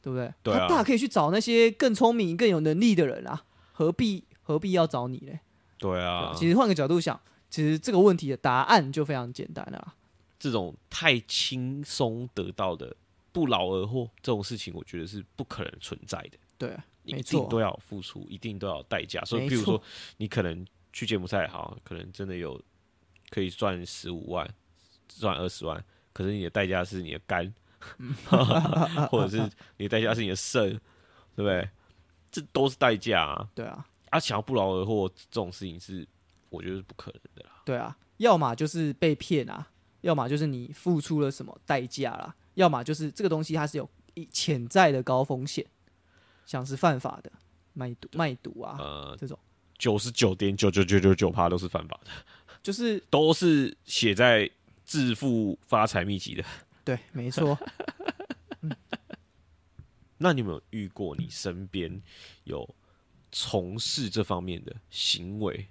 Speaker 1: 对不对？
Speaker 2: 对
Speaker 1: 他
Speaker 2: 啊
Speaker 1: 大可以去找那些更聪明、更有能力的人啊，何必何必要找你嘞？
Speaker 2: 对
Speaker 1: 对
Speaker 2: 啊
Speaker 1: 吧，其实换个角度想，其实这个问题的答案就非常简单了啦。
Speaker 2: 这种太轻松得到的不劳而获这种事情，我觉得是不可能存在的。
Speaker 1: 对，
Speaker 2: 你
Speaker 1: 没
Speaker 2: 一
Speaker 1: 错
Speaker 2: 定都要有付出，一定都要有代价。所以，
Speaker 1: 没
Speaker 2: 譬如说
Speaker 1: 错，
Speaker 2: 你可能去柬埔寨好，可能真的有可以赚十五万，赚二十万，可是你的代价是你的
Speaker 1: *laughs*
Speaker 2: 肝，或者是你的代价是你的肾，对不对？这都是代价啊！
Speaker 1: 对啊，
Speaker 2: 啊，想要不劳而获这种事情是，我觉得是不可能的啦。
Speaker 1: 对啊，要么就是被骗啊，要么就是你付出了什么代价啦，要么就是这个东西它是有一潜在的高风险，像是犯法的卖毒、卖毒啊，
Speaker 2: 呃，
Speaker 1: 这种
Speaker 2: 九十九点九九九九九趴都是犯法的。
Speaker 1: 就是
Speaker 2: 都是写在致富发财秘籍的。
Speaker 1: 对，没错，
Speaker 2: 那你有没有遇过你身边有从事这方面的行为？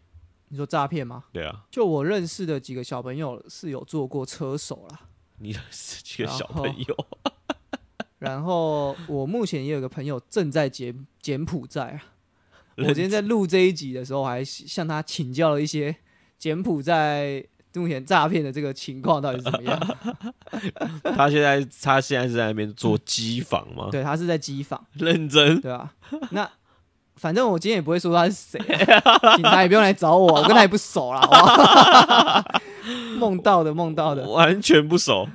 Speaker 1: 你说诈骗吗？
Speaker 2: 对啊，
Speaker 1: 就我认识的几个小朋友是有做过车手啦，
Speaker 2: 你的十几个
Speaker 1: 然后
Speaker 2: 小朋友，
Speaker 1: 然后我目前也有个朋友正在柬柬埔寨啊，我今天在录这一集的时候还向他请教了一些柬埔寨目前诈骗的这个情况到底是怎么样。
Speaker 2: *laughs* 他现在他现在是在那边做机房吗？
Speaker 1: 对他是在机房，
Speaker 2: 认真
Speaker 1: 对吧、那反正我今天也不会说他是谁啊、警察也不用来找我，我跟他也不熟啦。好不好 *laughs* 梦到的，梦到的，
Speaker 2: 完全不熟。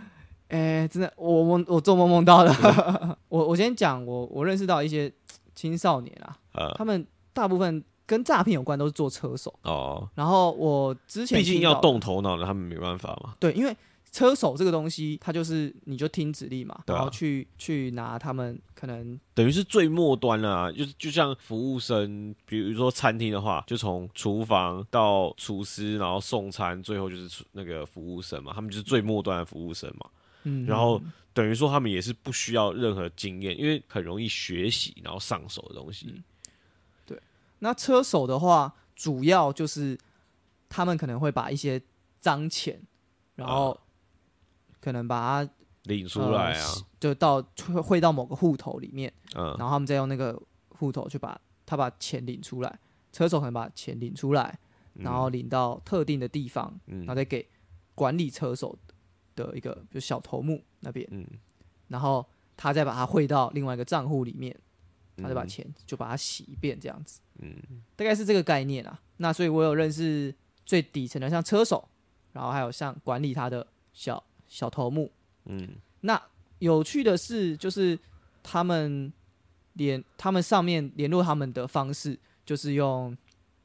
Speaker 1: 哎、真的，我梦我做梦梦到 *laughs* 的。我我先讲，我我认识到一些青少年啊，
Speaker 2: 呃，
Speaker 1: 他们大部分跟诈骗有关都是做车手。
Speaker 2: 哦，
Speaker 1: 然后我之前
Speaker 2: 毕竟
Speaker 1: 听到
Speaker 2: 要动头脑的，他们没办法嘛。
Speaker 1: 对，因为车手这个东西，它就是你就听指令嘛，
Speaker 2: 对啊
Speaker 1: 然后去去拿他们可能
Speaker 2: 等于是最末端了、啊，就是就像服务生，比如说餐厅的话，就从厨房到厨师，然后送餐，最后就是厨那个服务生嘛，他们就是最末端的服务生嘛。
Speaker 1: 嗯，
Speaker 2: 然后等于说他们也是不需要任何经验，因为很容易学习，然后上手的东
Speaker 1: 嗯
Speaker 2: 西。
Speaker 1: 那车手的话，主要就是他们可能会把一些脏钱，然后可能把它
Speaker 2: 领啊出来啊，
Speaker 1: 呃就到汇汇到某个户头里面，
Speaker 2: 嗯，
Speaker 1: 然后他们再用那个户头去把他把钱领出来，车手可能把钱领出来，
Speaker 2: 嗯
Speaker 1: 然后领到特定的地方，然后再给管理车手的一个就小头目那边，
Speaker 2: 嗯
Speaker 1: 然后他再把它汇到另外一个账户里面，他
Speaker 2: 嗯
Speaker 1: 再把钱就把它洗一遍这样子，嗯，大概是这个概念啊。那所以我有认识最底层的像车手，然后还有像管理他的小小头目，
Speaker 2: 嗯，
Speaker 1: 那有趣的是，就是他们联他们上面联络他们的方式，就是用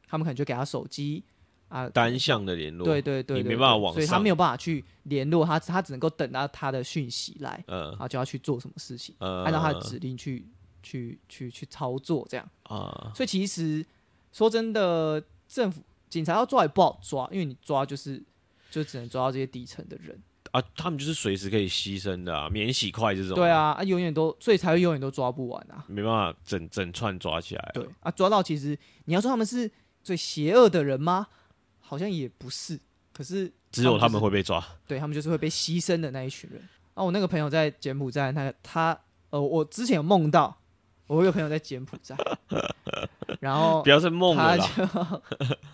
Speaker 1: 他们可能就给他手机啊，
Speaker 2: 单向的联络，
Speaker 1: 对对对，
Speaker 2: 你
Speaker 1: 对
Speaker 2: 没办法
Speaker 1: 对
Speaker 2: 往
Speaker 1: 所以他
Speaker 2: 上
Speaker 1: 没有办法去联络他，他只能够等到他的讯息来，
Speaker 2: 呃
Speaker 1: 然后就要去做什么事情，
Speaker 2: 呃，
Speaker 1: 按照他的指令去去去去操作这样。
Speaker 2: 啊，
Speaker 1: 所以其实说真的，政府警察要抓也不好抓，因为你抓就是就只能抓到这些底层的人。
Speaker 2: 啊，他们就是随时可以牺牲的啊，免洗筷这种，
Speaker 1: 对，啊，啊永远都所以才会永远都抓不完啊。
Speaker 2: 没办法整整串抓起来啊，
Speaker 1: 对啊，抓到其实你要说他们是最邪恶的人吗？好像也不是，可是
Speaker 2: 只有他
Speaker 1: 就是
Speaker 2: 们会被抓，
Speaker 1: 对他们就是会被牺牲的那一群人。啊，我那个朋友在柬埔寨，那他呃，我之前有梦到我有个朋友在柬埔寨，然后
Speaker 2: 不要再梦了
Speaker 1: 哦他
Speaker 2: 啦，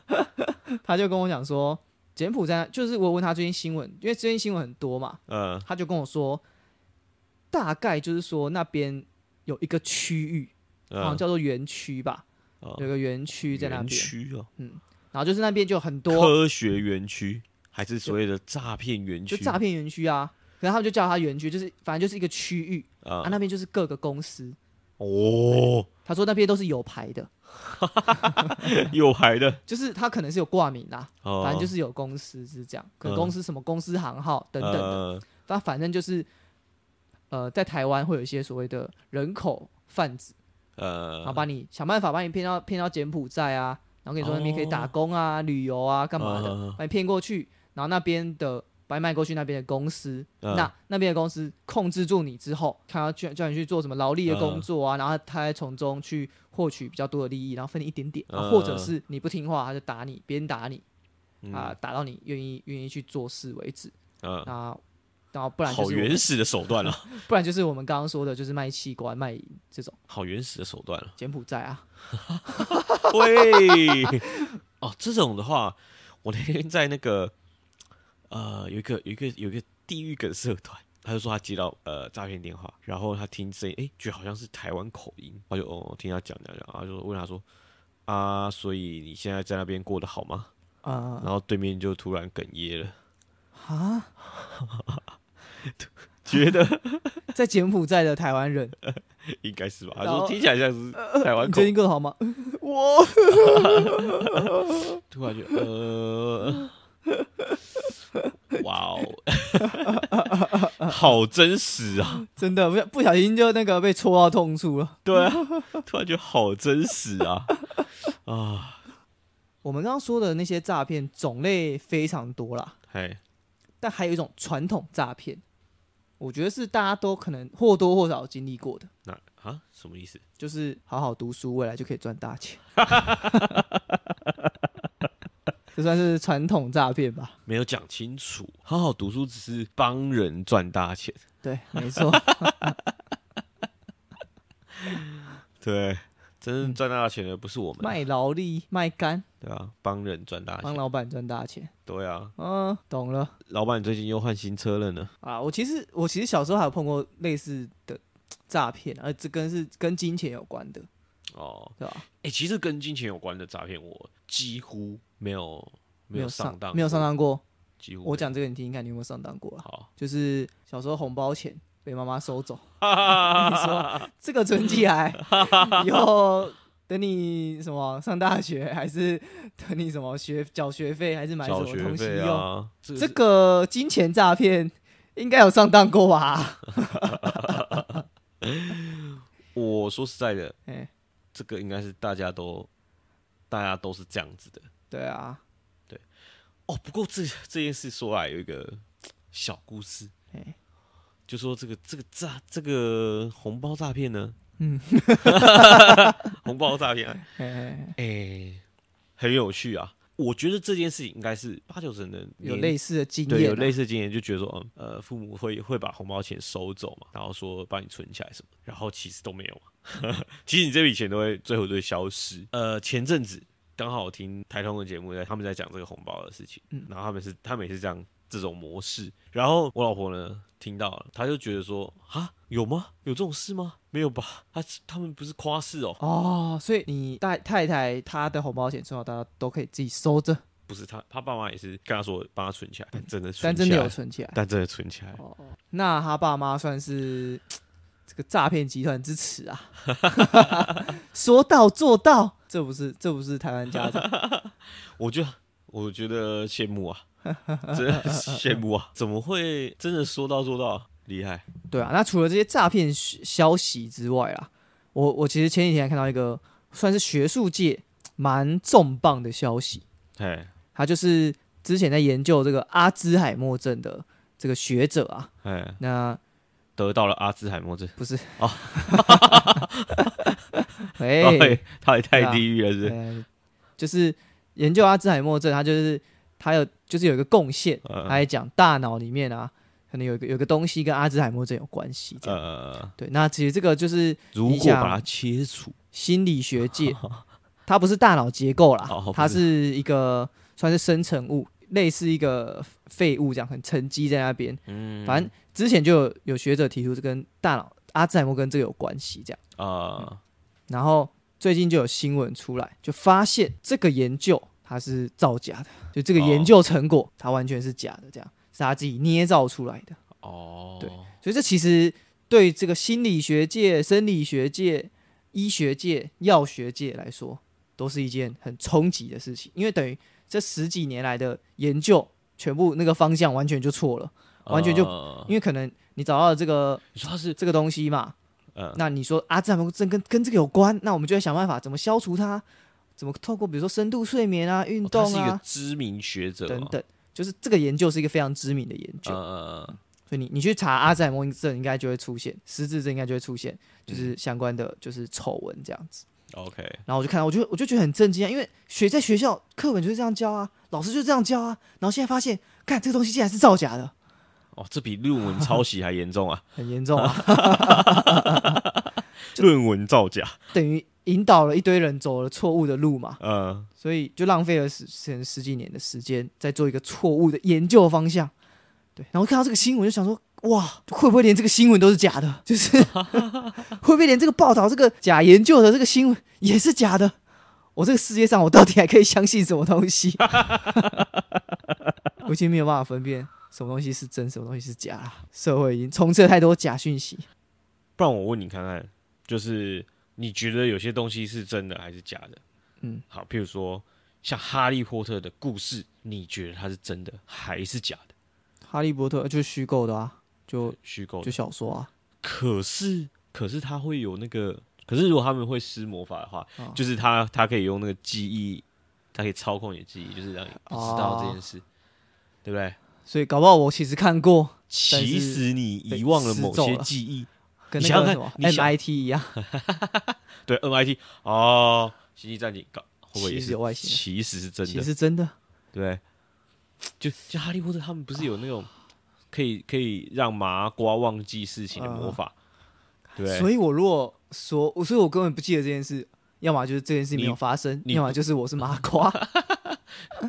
Speaker 1: 就他就跟 *laughs* 我讲说，柬埔寨就是我问他最近新闻，因为最近新闻很多嘛，
Speaker 2: 嗯
Speaker 1: 他就跟我说，大概就是说那边有一个区域，好像
Speaker 2: 嗯，
Speaker 1: 叫做园区吧，
Speaker 2: 哦
Speaker 1: 有一个园区在那
Speaker 2: 园
Speaker 1: 边，
Speaker 2: 区哦，
Speaker 1: 然后就是那边就有很多
Speaker 2: 科学园区还是所谓的诈骗园
Speaker 1: 就
Speaker 2: 区，
Speaker 1: 诈骗园区啊，可能他们就叫它园区，就是反正就是一个区域啊，
Speaker 2: 啊，
Speaker 1: 那边就是各个公司，
Speaker 2: 哦， *laughs*
Speaker 1: 他说那边都是有牌的，
Speaker 2: 有牌的，
Speaker 1: 就是他可能是有挂名啦，
Speaker 2: 哦，
Speaker 1: 反正就是是有公司是这样，可能
Speaker 2: 嗯
Speaker 1: 公司什么公司行号等等的，
Speaker 2: 的，
Speaker 1: 但反正就是呃，在台湾会有一些所谓的人口贩子，然后
Speaker 2: 呃，
Speaker 1: 把你想办法把你骗到骗到柬埔寨啊，然后跟你说那边可以打
Speaker 2: 哦嗯
Speaker 1: 工啊、旅游啊、干嘛的，
Speaker 2: 的，
Speaker 1: 把你骗过去，然后那边的把你卖过去那边的公司，
Speaker 2: 嗯
Speaker 1: 那那边的公司控制住你之后，看要叫叫你去做什么劳力的
Speaker 2: 嗯
Speaker 1: 工作啊，然后他再从中去获取比较多的利益，然后分你一点点，
Speaker 2: 嗯
Speaker 1: 啊或者是你不听话，他就打你，鞭打你啊，打到你愿意愿意去做事为止
Speaker 2: 嗯，
Speaker 1: 啊。然后不然就
Speaker 2: 好
Speaker 1: 是我
Speaker 2: 原始的手段啊，
Speaker 1: 不然就是我们刚刚说的，就是卖器官、卖淫这种
Speaker 2: 好原始的手段啊。
Speaker 1: 柬埔寨啊， *laughs*
Speaker 2: 喂， *laughs* 哦，这种的话，我那天在那个呃，有一个有一个有一个地狱梗社团，他就说他接到呃诈骗电话，然后他听声音，诶，觉得好像是台湾口音，他就哦听他讲讲讲，然后他就问他说啊，所以你现在在那边过得好吗？
Speaker 1: 啊
Speaker 2: 然后对面就突然哽咽了，
Speaker 1: 啊，
Speaker 2: 觉得
Speaker 1: *laughs* 在柬埔寨的台湾人，
Speaker 2: 应该是吧，他
Speaker 1: 然
Speaker 2: 说
Speaker 1: 后
Speaker 2: 听起来像是台湾
Speaker 1: 你
Speaker 2: 口
Speaker 1: 最
Speaker 2: 音，
Speaker 1: 近过得好吗？我
Speaker 2: 突然就呃。哇哦， *laughs* 好真实啊！
Speaker 1: 真的不小不小心就那个被戳到痛处了。 *laughs*
Speaker 2: 对啊，突然觉得好真实啊！ *laughs* 啊，
Speaker 1: 我们刚刚说的那些诈骗种类非常多啦，
Speaker 2: 嘿，
Speaker 1: 但还有一种传统诈骗，我觉得是大家都可能或多或少有经历过的，
Speaker 2: 那啊，什么意思？
Speaker 1: 就是好好读书，未来就可以赚大钱。 *laughs* 这算是传统诈骗吧？
Speaker 2: 没有讲清楚。好好读书只是帮人赚大钱，
Speaker 1: 对，没错。
Speaker 2: 对，真正赚大钱的不是我们，
Speaker 1: 卖劳力、卖肝，
Speaker 2: 对啊，帮人赚大
Speaker 1: 嗯帮
Speaker 2: 钱，
Speaker 1: 老板赚大钱。
Speaker 2: 对啊。
Speaker 1: 嗯，懂了。
Speaker 2: 老板最近又换新车了呢，
Speaker 1: 啊，我其实我其实小时候还有碰过类似的诈骗，而这跟是跟金钱有关的，
Speaker 2: 哦，
Speaker 1: 对吧？
Speaker 2: 哎、其实跟金钱有关的诈骗，我几乎没有没有上当，
Speaker 1: 没有上，当过。
Speaker 2: 几乎
Speaker 1: 我讲这个你听听看，你有没有上当过啊？ *laughs*
Speaker 2: 好，
Speaker 1: 就是小时候红包钱被妈妈收走，
Speaker 2: 哈哈哈哈 *laughs*
Speaker 1: 你说这个存起来以后等你什么上大学，还是等你什么学缴学费，还是买什
Speaker 2: *laughs* 缴
Speaker 1: 么
Speaker 2: 学
Speaker 1: 东西
Speaker 2: 费
Speaker 1: 用？
Speaker 2: 啊，这
Speaker 1: 这
Speaker 2: 个
Speaker 1: 个金钱诈骗应该有上当过吧？ *laughs*
Speaker 2: 我说实在的，
Speaker 1: 哎、
Speaker 2: 这个应该是大家都大家都是这样子的
Speaker 1: 对啊，
Speaker 2: 哦。不过这这件事说来有一个小故事，
Speaker 1: 哎
Speaker 2: 就说这个这个诈这个红包诈骗呢，
Speaker 1: 嗯，
Speaker 2: 红包诈
Speaker 1: *laughs*
Speaker 2: 骗啊，
Speaker 1: 哎、哎
Speaker 2: 哎、很有趣啊。我觉得这件事情应该是八九成的人
Speaker 1: 有
Speaker 2: 年
Speaker 1: 类似的经验、啊
Speaker 2: 对，有类，似的经验，就觉得说，嗯，呃，父母会会把红包钱收走嘛，然后说帮你存起来什么，然后其实都没有嘛， *laughs* 其实你这笔钱都会最后都会消失。呃，前阵子刚好听台通的节目在他们在讲这个红包的事情，
Speaker 1: 嗯
Speaker 2: 然后他们是他们也是这样这种模式，然后我老婆呢听到了，她就觉得说，啊，有吗？有这种事吗？没有吧？他他们不是夸饰哦，
Speaker 1: 哦，所以你大太太她的红包钱从小到大都可以自己收着，
Speaker 2: 不是他他爸妈也是跟他说帮他存起来，但真的存
Speaker 1: 但真
Speaker 2: 起来，
Speaker 1: 的有存起来。
Speaker 2: 但真的存起来。
Speaker 1: 哦，那他爸妈算是这个诈骗集团之耻
Speaker 2: *laughs*
Speaker 1: 啊，说到做到，这不是这不是台湾家长，
Speaker 2: 我就我觉得羡慕啊， *laughs* 真的是羡慕啊！怎么会真的说到做到啊？厉害
Speaker 1: 对啊。那除了这些诈骗消消息之外啊，我我其实前几天还看到一个算是学术界蛮重磅的消息，
Speaker 2: 哎
Speaker 1: 他就是之前在研究这个阿兹海默症的这个学者啊，
Speaker 2: 哎，
Speaker 1: 那
Speaker 2: 得到了阿兹海默症，
Speaker 1: 不是
Speaker 2: 哦
Speaker 1: 哎、
Speaker 2: 哎，他也
Speaker 1: 对
Speaker 2: 太
Speaker 1: 啊
Speaker 2: 地狱了，是不是？
Speaker 1: 呃，就是研究阿兹海默症，他就是他有就是有一个贡献，
Speaker 2: 嗯
Speaker 1: 他还讲大脑里面啊，可能有一个有一个东西跟阿兹海默症有关系。这样、
Speaker 2: 呃，
Speaker 1: 对，那其实这个就是
Speaker 2: 如
Speaker 1: 你
Speaker 2: 果
Speaker 1: 想
Speaker 2: 把它切除，
Speaker 1: 心理学
Speaker 2: *laughs*
Speaker 1: 界，它不是大脑结构啦
Speaker 2: 哦不，
Speaker 1: 它是一个算是生成物，类似一个废物这样，很沉积在那边。
Speaker 2: 嗯
Speaker 1: 反正之前就有有学者提出这跟大脑阿兹海默跟这个有关系，这样。嗯
Speaker 2: 啊，
Speaker 1: 然后最近就有新闻出来，就发现这个研究它是造假的，就这个
Speaker 2: 哦
Speaker 1: 研究成果它完全是假的，这样是他自己捏造出来的。
Speaker 2: 哦，
Speaker 1: 对所以这其实对这个心理学界、生理学界、医学界、药学界来说，都是一件很冲击的事情，因为等于这十几年来的研究，全部那个方向完全就错了，完全就
Speaker 2: 呃
Speaker 1: 因为可能你找到了这个
Speaker 2: 你说他是
Speaker 1: 这个东西嘛，
Speaker 2: 呃
Speaker 1: 那你说阿兹海默症跟跟这个有关，那我们就会想办法怎么消除它，怎么透过比如说深度睡眠啊、运
Speaker 2: 哦
Speaker 1: 动
Speaker 2: 他是一个
Speaker 1: 啊、
Speaker 2: 知名学者
Speaker 1: 等
Speaker 2: 哦，
Speaker 1: 等，就是这个研究是一个非常知名的研究，
Speaker 2: 呃呃，呃
Speaker 1: 所以你你去查阿兹海默症应该就会出现，失智症应该就会出
Speaker 2: 嗯
Speaker 1: 现，就是相关的就是丑闻这样子。
Speaker 2: OK，
Speaker 1: 然后我就看到，我就我就觉得很震惊啊，因为学在学校课本就是这样教啊，老师就是这样教啊，然后现在发现，看这个东西竟然是造假的，
Speaker 2: 哦，这比论文抄袭还严
Speaker 1: *laughs*
Speaker 2: 重啊！
Speaker 1: 很严重
Speaker 2: *laughs*
Speaker 1: 啊，
Speaker 2: 论文造假，
Speaker 1: 等于引导了一堆人走了错误的路嘛。
Speaker 2: 呃，
Speaker 1: 所以就浪费了十十十几年的时间在做一个错误的研究方向。对，然后看到这个新闻就想说，哇，会不会连这个新闻都是假的？ *laughs* 就是会不会连这个报道、这个假研究的这个新闻也是假的？我这个世界上，我到底还可以相信什么东西？ *laughs* 我已经没有办法分辨什么东西是真，什么东西是假了。社会已经充斥了太多假讯息。
Speaker 2: 不然我问你看看，就是你觉得有些东西是真的还是假的？
Speaker 1: 嗯，
Speaker 2: 好，譬如说像《哈利波特》的故事，你觉得它是真的还是假的？
Speaker 1: 哈利波特就是虚构的啊，就
Speaker 2: 虚构
Speaker 1: 就
Speaker 2: 的。
Speaker 1: 小说啊，
Speaker 2: 可是，可是它会有那个，可是如果他们会施魔法的话，
Speaker 1: 哦
Speaker 2: 就是他他可以用那个记忆，他可以操控你的记忆，就是让你不知道这件
Speaker 1: 哦
Speaker 2: 事，对不对？
Speaker 1: 所以搞不好我其实看过，是
Speaker 2: 其实你
Speaker 1: 被
Speaker 2: 遗忘了某
Speaker 1: 施咒
Speaker 2: 些
Speaker 1: 了
Speaker 2: 记忆，
Speaker 1: 跟
Speaker 2: 你
Speaker 1: 那
Speaker 2: 想
Speaker 1: 个
Speaker 2: 想
Speaker 1: 什么
Speaker 2: 看你想
Speaker 1: MIT 一样，
Speaker 2: 对 MIT 哦，《星际战警》搞会不会也
Speaker 1: 其
Speaker 2: 是
Speaker 1: 实有外啊星人，
Speaker 2: 其实是真
Speaker 1: 其
Speaker 2: 的
Speaker 1: 实？是真的
Speaker 2: 对，就就哈利波特他们不是有那
Speaker 1: 啊
Speaker 2: 种可以可以让麻瓜忘记事情的魔法？对，
Speaker 1: 啊所以我如果说，我所以我根本不记得这件事，要么就是这件事没有
Speaker 2: 你
Speaker 1: 发生，
Speaker 2: 你
Speaker 1: 要么就是我是麻
Speaker 2: *laughs*
Speaker 1: 瓜。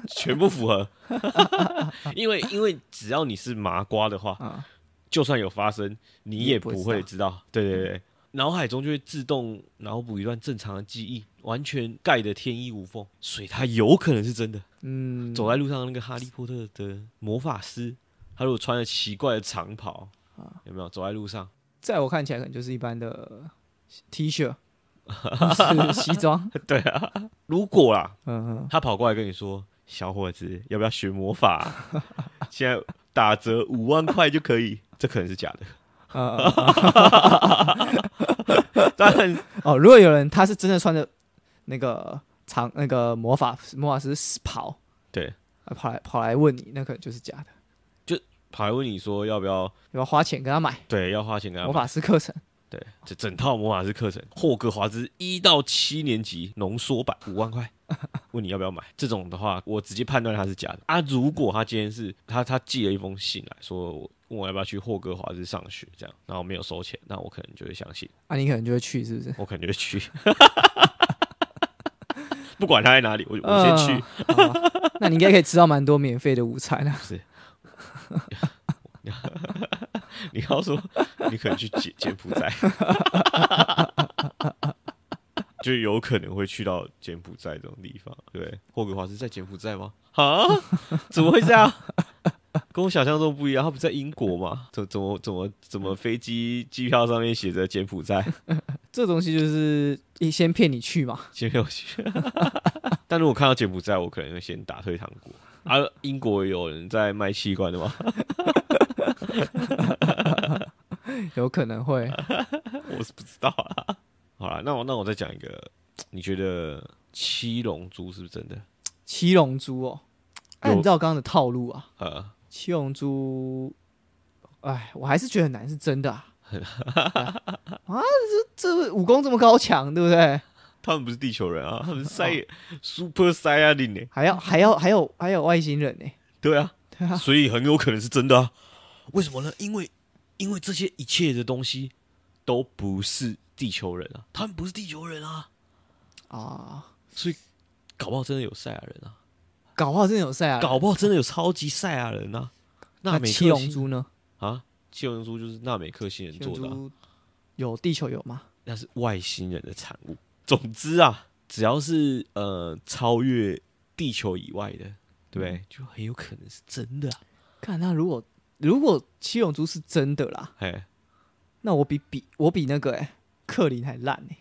Speaker 2: 全部符合。 *laughs* 因为因为只要你是麻瓜的话，
Speaker 1: 啊
Speaker 2: 就算有发生，你
Speaker 1: 你
Speaker 2: 也
Speaker 1: 也
Speaker 2: 不
Speaker 1: 不会嗯
Speaker 2: 会知道。对对对，脑海中就会自动脑补一段正常的记忆，完全盖得天衣无缝，所以它有可能是真的。
Speaker 1: 嗯，
Speaker 2: 走在路上那个哈利波特的魔法师，他如果穿着奇怪的长
Speaker 1: 啊
Speaker 2: 袍，有没有走在路上？ *laughs*
Speaker 1: 在我看起来可能就是一般的 T 恤，是西装，
Speaker 2: 对啊，如果啦，
Speaker 1: 嗯嗯，
Speaker 2: 他跑过来跟你说，小伙子，要不要学魔法 *laughs* 啊、现在打折五万块就可以， *laughs* 这可能是假的。
Speaker 1: 嗯嗯
Speaker 2: *laughs*
Speaker 1: 嗯
Speaker 2: 当然，
Speaker 1: 哦，如果有人他是真的穿着那个长那个魔法魔法师袍，
Speaker 2: 对，
Speaker 1: 啊跑来跑来问你，那可能就是假的，
Speaker 2: 跑来问你说要不要，
Speaker 1: 要不要花钱跟他买
Speaker 2: 对，要花钱给他
Speaker 1: 魔
Speaker 2: 买。
Speaker 1: 法师课程？
Speaker 2: 对，这整套魔法师课程，霍格华兹一到七年级浓缩版，五万
Speaker 1: *laughs*
Speaker 2: 块。问你要不要买？这种的话，我直接判断他是假的啊。如果他今天是他他寄了一封信来说，我问我要不要去霍格华兹上学，这样，然后没有收钱，那我可能就会相信。
Speaker 1: 啊，你可能就会去，是不是？
Speaker 2: 我可能就去， *laughs* 不管他在哪里，我我先去。
Speaker 1: 嗯。好吧那你应该可以吃到蛮多免费的午餐啊。
Speaker 2: 你要说你可能去柬柬埔寨， *laughs* 就有可能会去到柬埔寨这种地方。对，霍格华兹在柬埔寨吗？啊，怎么会这样？跟我想象中不一样，他不在英国吗？怎怎么怎么怎么飞机机票上面写着柬埔寨？
Speaker 1: 这东西就是一先骗你去嘛，
Speaker 2: 先没有去。 *laughs* 但如果看到柬埔寨，我可能会先打退堂鼓。啊，英国有人在卖器官的吗？
Speaker 1: 有可能会。
Speaker 2: *laughs* 我是不知道啊。好了，那我那我再讲一个，你觉得七龙珠是不是真的？
Speaker 1: 七龙珠哦，哎、
Speaker 2: 有
Speaker 1: 你知道我刚刚的套路啊？
Speaker 2: 呃，
Speaker 1: 七龙珠，哎，我还是觉得很难是真的啊！
Speaker 2: *laughs*
Speaker 1: 啊，这这武功这么高强，对不对？
Speaker 2: 他们不是地球人啊，他们是赛、Super
Speaker 1: 哦
Speaker 2: Saiyan 呢、
Speaker 1: 还要还要还有还有外星人呢、
Speaker 2: 对啊，
Speaker 1: 对啊，
Speaker 2: 所以很有可能是真的啊。为什么呢？因为因为这些一切的东西都不是地球人啊，他们不是地球人啊，
Speaker 1: 啊，
Speaker 2: 所以搞不好真的有赛亚人啊，
Speaker 1: 搞不好真的有赛亚人。
Speaker 2: 搞不好真的有超级赛亚人啊。
Speaker 1: 啊那
Speaker 2: 纳美克
Speaker 1: 七龙
Speaker 2: 星
Speaker 1: 珠呢？
Speaker 2: 啊，七龙珠就是纳美克星人
Speaker 1: 七龙
Speaker 2: 做的啊、
Speaker 1: 珠有地球有吗？
Speaker 2: 那是外星人的产物。总之啊，只要是呃超越地球以外的，对不对？就很有可能是真的、啊。
Speaker 1: 看那如果如果七龙珠是真的啦，
Speaker 2: *laughs* 哎，
Speaker 1: 那我比比我比那个哎、克林还烂哎、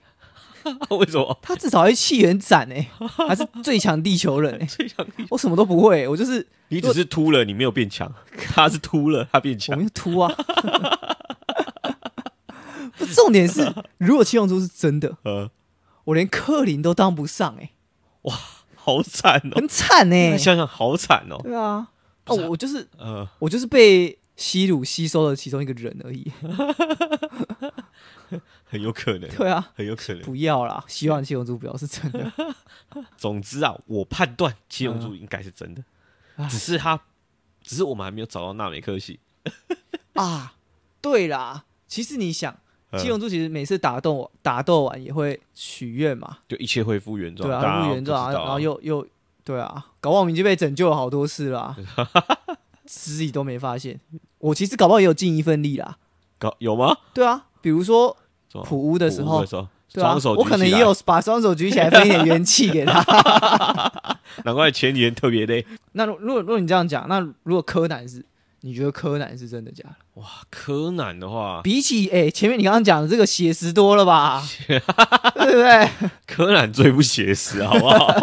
Speaker 2: 啊为什么？
Speaker 1: 他至少会气元斩 *laughs* 哎、还是最强地球人哎、
Speaker 2: 最强
Speaker 1: 我什么都不会、我就是
Speaker 2: 你只是秃了，你没有变 *laughs* 强。他是秃了，他变
Speaker 1: 我
Speaker 2: 强。
Speaker 1: 们就秃啊。 *laughs* 不，重点是，如果七龙珠是真的，
Speaker 2: 呃，
Speaker 1: 我连克林都当不上哎、
Speaker 2: 好惨 *laughs* 哦！
Speaker 1: 很惨哎、
Speaker 2: 想想好惨哦。
Speaker 1: 对啊，啊，我我就是
Speaker 2: 呃，
Speaker 1: 我就是被吸乳吸收的其中一个人而已。
Speaker 2: 很有可能，
Speaker 1: 对啊，
Speaker 2: 很有可能。
Speaker 1: 不要啦，希望七龙珠不要是真的。
Speaker 2: 总之啊，我判断七龙珠应该是真的，
Speaker 1: 唉
Speaker 2: 只是他，只是我们还没有找到纳美克星。
Speaker 1: 啊，对啦，其实你想，
Speaker 2: 嗯
Speaker 1: 七龙珠其实每次打斗打斗完也会许愿嘛，
Speaker 2: 就一切恢复原状，
Speaker 1: 对
Speaker 2: 大
Speaker 1: 啊，
Speaker 2: 家
Speaker 1: 入原状，
Speaker 2: 不知道啊
Speaker 1: 然后又又对啊，搞不好我们已经被拯救了好多次啦， *laughs* 自己都没发现。我其实搞不好也有尽一份力啦，
Speaker 2: 搞有吗？
Speaker 1: 对啊，比如说
Speaker 2: 什么
Speaker 1: 普乌的时
Speaker 2: 哦普乌
Speaker 1: 候
Speaker 2: 的。时候，
Speaker 1: 对啊
Speaker 2: 双手，
Speaker 1: 我可能也有，把双手举起来分一点元气给他。 *laughs*
Speaker 2: 难怪前几天特别累。
Speaker 1: 那如如果如果你这样讲，那如果柯南是，你觉得柯南是真的假的？
Speaker 2: 哇，啊柯南的话，
Speaker 1: 比起哎、前面你刚刚讲的这个写实多了
Speaker 2: *laughs*
Speaker 1: 吧，对不对？
Speaker 2: 柯南最不写实，好
Speaker 1: *laughs*
Speaker 2: 不好？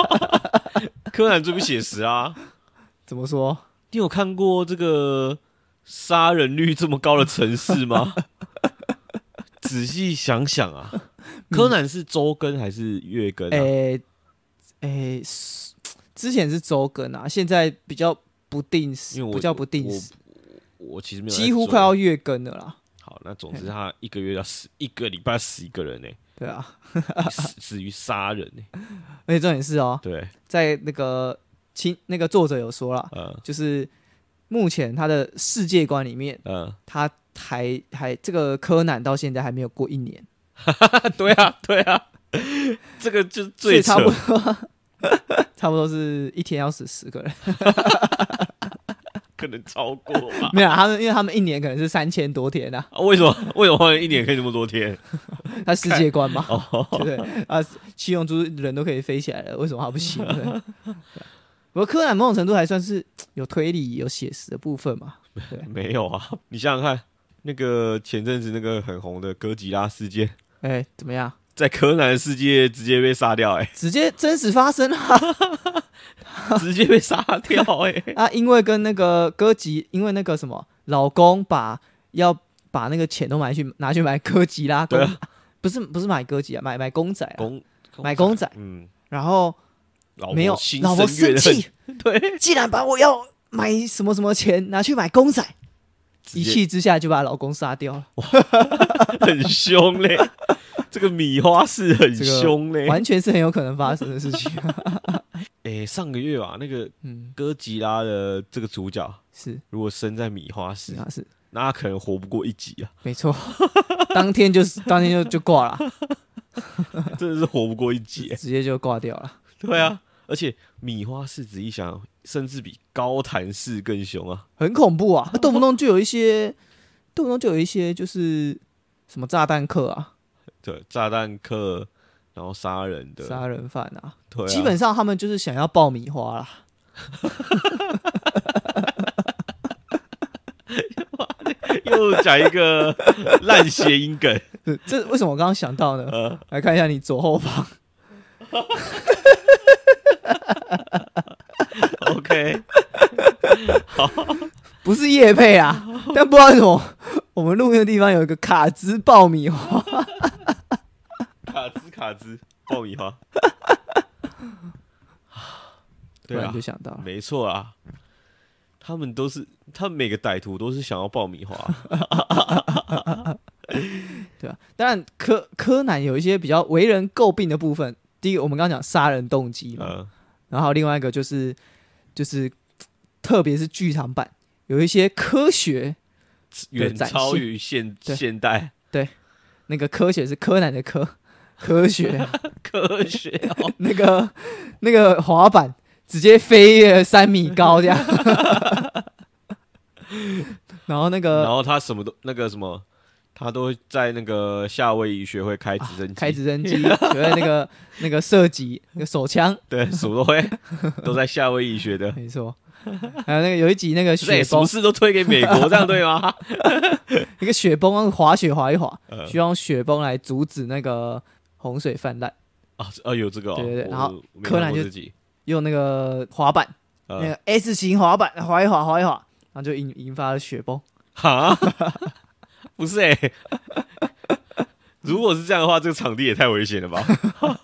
Speaker 2: 柯南最不写实啊！
Speaker 1: 怎么说？
Speaker 2: 你有看过这个杀人率这么高的城
Speaker 1: *laughs*
Speaker 2: 市吗？仔细想想
Speaker 1: 嗯
Speaker 2: 啊，柯南是周更还是月更、啊？
Speaker 1: 诶、诶、是之前是周更啊，现在比较不定时，
Speaker 2: 因为我
Speaker 1: 比较不定时，
Speaker 2: 我我其实没有在
Speaker 1: 几乎
Speaker 2: 追
Speaker 1: 快要月更了啦。
Speaker 2: 好。那总之，他一个月要死一个礼拜死一个人呢、欸
Speaker 1: *laughs* 对啊，
Speaker 2: 死死于杀人呢、
Speaker 1: 而且重点是哦，
Speaker 2: 对，
Speaker 1: 在那个亲那个作者有说啦，
Speaker 2: 呃
Speaker 1: 就是目前他的世界观里面，
Speaker 2: 呃，
Speaker 1: 他还还这个柯南到现在还没有过一年，
Speaker 2: 对啊，对啊， *laughs* 这个就是
Speaker 1: 所以
Speaker 2: 最扯
Speaker 1: 差不多差不多 *laughs* 是一天要死十个人，
Speaker 2: 可能超过吧？ *laughs*
Speaker 1: 没有啊他们，因为他们一年可能是三千多天啊，
Speaker 2: 啊为什么？为什么一年可以这么多天？ *laughs*
Speaker 1: 他世界观嘛。 *laughs* 对
Speaker 2: 哦， *laughs*
Speaker 1: 不对？啊，七龙珠人都可以飞起来了，为什么他不行？对
Speaker 2: *laughs*
Speaker 1: 不对不过柯南某种程度还算是有推理、有写实的部分嘛。
Speaker 2: 没有啊！你想想看，那个前阵子那个很红的哥吉拉事件，
Speaker 1: 哎，怎么样？
Speaker 2: 在柯南的世界直接被杀掉、欸， *laughs*
Speaker 1: 直接真实发生啊！ *laughs*
Speaker 2: 哎，直接被杀掉、欸，哎，
Speaker 1: 啊，因为跟那个歌吉，因为那个什么，老公把要把那个钱都买去拿去买歌吉啦，
Speaker 2: 对啊
Speaker 1: 公不是不是买歌吉啊，买买公仔啊，
Speaker 2: 公
Speaker 1: 买公仔，
Speaker 2: 嗯，
Speaker 1: 然后
Speaker 2: 老婆
Speaker 1: 没有
Speaker 2: 心
Speaker 1: 老婆
Speaker 2: 生
Speaker 1: 生
Speaker 2: 怨
Speaker 1: 气，
Speaker 2: 恨， *laughs* 对，
Speaker 1: 竟然把我要买什么什么钱拿去买公仔，
Speaker 2: 直
Speaker 1: 一
Speaker 2: 接
Speaker 1: 气之下就把老公杀掉了，
Speaker 2: 很
Speaker 1: *laughs*
Speaker 2: 凶嘞、这个米花是很
Speaker 1: 这个
Speaker 2: 凶嘞、
Speaker 1: 完全是很有可能发生的事
Speaker 2: *laughs*
Speaker 1: 情。
Speaker 2: 哎、上个月吧，那个
Speaker 1: 嗯，
Speaker 2: 哥吉拉的这个主角，
Speaker 1: 是
Speaker 2: 如果生在米花市
Speaker 1: 是，啊，是
Speaker 2: 那他可能活不过一集啊， *laughs*
Speaker 1: 没错，当天就是当天就就挂了，
Speaker 2: 真的是活不过一集、欸。
Speaker 1: 直接就挂掉了。
Speaker 2: 对啊，而且米花市仔细想，甚至比高谭市更凶啊。
Speaker 1: 很恐怖啊！动不动就有一些，动不动就有一些就是什么炸弹客啊、
Speaker 2: 对，炸弹客，然后杀人的，
Speaker 1: 杀人犯啊，
Speaker 2: 对啊，
Speaker 1: 基本上他们就是想要爆米花啦。
Speaker 2: *laughs* *laughs* 又讲一个烂谐音梗， *laughs*
Speaker 1: 对这为什么我刚刚想到
Speaker 2: 呃
Speaker 1: 呢？来看一下你左后方，
Speaker 2: OK，
Speaker 1: 不是叶配
Speaker 2: *laughs*
Speaker 1: 啊，但不知道为什么我们录音的地方有一个卡兹爆米花，
Speaker 2: 卡兹卡兹爆米花， *sighs*
Speaker 1: 突
Speaker 2: 对
Speaker 1: 然
Speaker 2: 啊
Speaker 1: 就，想到了。
Speaker 2: 没错啊，他们都是，他们每个歹徒都是想要爆米花，
Speaker 1: *laughs* 对吧、当然，柯柯南有一些比较为人诟病的部分。第一个，我们刚刚讲杀人动机嘛，
Speaker 2: 嗯，
Speaker 1: 然后另外一个就是就是，特别是剧场版有一些科学，
Speaker 2: 远
Speaker 1: 展
Speaker 2: 超
Speaker 1: 现
Speaker 2: 于现
Speaker 1: 对
Speaker 2: 现代
Speaker 1: 那个科学是柯南的科，科学啊、
Speaker 2: 科学哦，
Speaker 1: 那个那个滑板直接飞跃三米高这样，然后那
Speaker 2: 然
Speaker 1: 个
Speaker 2: 后他什么都那个什么，他都会在那个夏威夷学会开直升机，
Speaker 1: 啊开直升机，学会那个那个射击，那个手枪，
Speaker 2: *laughs* 对，什么都
Speaker 1: *laughs*
Speaker 2: 会，都在夏威夷学的。
Speaker 1: 没错。还有那个有一集那个
Speaker 2: 对，
Speaker 1: 雪
Speaker 2: 什么
Speaker 1: 崩，
Speaker 2: 事都推给美国，这样
Speaker 1: *laughs*
Speaker 2: 对吗？
Speaker 1: 那个雪崩滑雪滑一滑，
Speaker 2: 呃
Speaker 1: 需要用雪崩来阻止那个洪水泛滥，
Speaker 2: 啊是啊，有这个哦。
Speaker 1: 对对对
Speaker 2: 我
Speaker 1: 然后
Speaker 2: 我没
Speaker 1: 柯南
Speaker 2: 看过
Speaker 1: 就
Speaker 2: 自己
Speaker 1: 用那个滑板，那
Speaker 2: 呃
Speaker 1: 个 S 型滑板滑一滑滑一滑，然后就引引发了雪崩。
Speaker 2: 哈， *laughs* 不是哎、 *laughs* 如果是这样的话，这个场地也太危险了吧？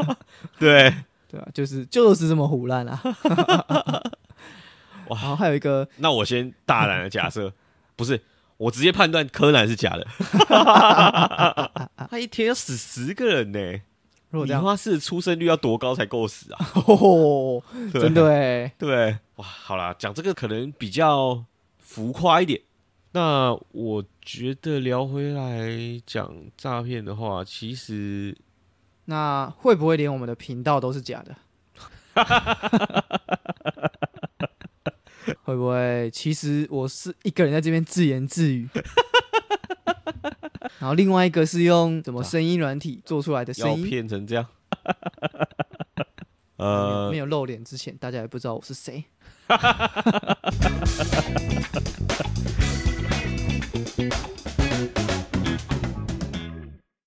Speaker 2: *laughs* 对，
Speaker 1: 对啊，就是就是这么胡乱啊。然后还有一个
Speaker 2: 那我先大胆的假设，不是我直接判断柯南是假
Speaker 1: *laughs*
Speaker 2: 的。他一天要死十个人呢、
Speaker 1: 如果这
Speaker 2: 米
Speaker 1: *laughs* 样，
Speaker 2: 花市的出生率要多高才够死
Speaker 1: *laughs*
Speaker 2: 啊？
Speaker 1: 哦，
Speaker 2: 对
Speaker 1: 真的哎，
Speaker 2: 对，哇，好啦，讲这个可能比较浮夸一点。那我觉得聊回来讲诈骗的话，其实
Speaker 1: 那会不会连我们的频道都是假
Speaker 2: *laughs*
Speaker 1: 的？会不会其实我是一个人在这边自言自
Speaker 2: *laughs*
Speaker 1: 语，然后另外一个是用什么声音软体做出来的
Speaker 2: 啊要
Speaker 1: 声音？
Speaker 2: 骗成这样， *laughs*
Speaker 1: 呃，
Speaker 2: 呃
Speaker 1: 没，有露脸之前，大家也不知道我是谁。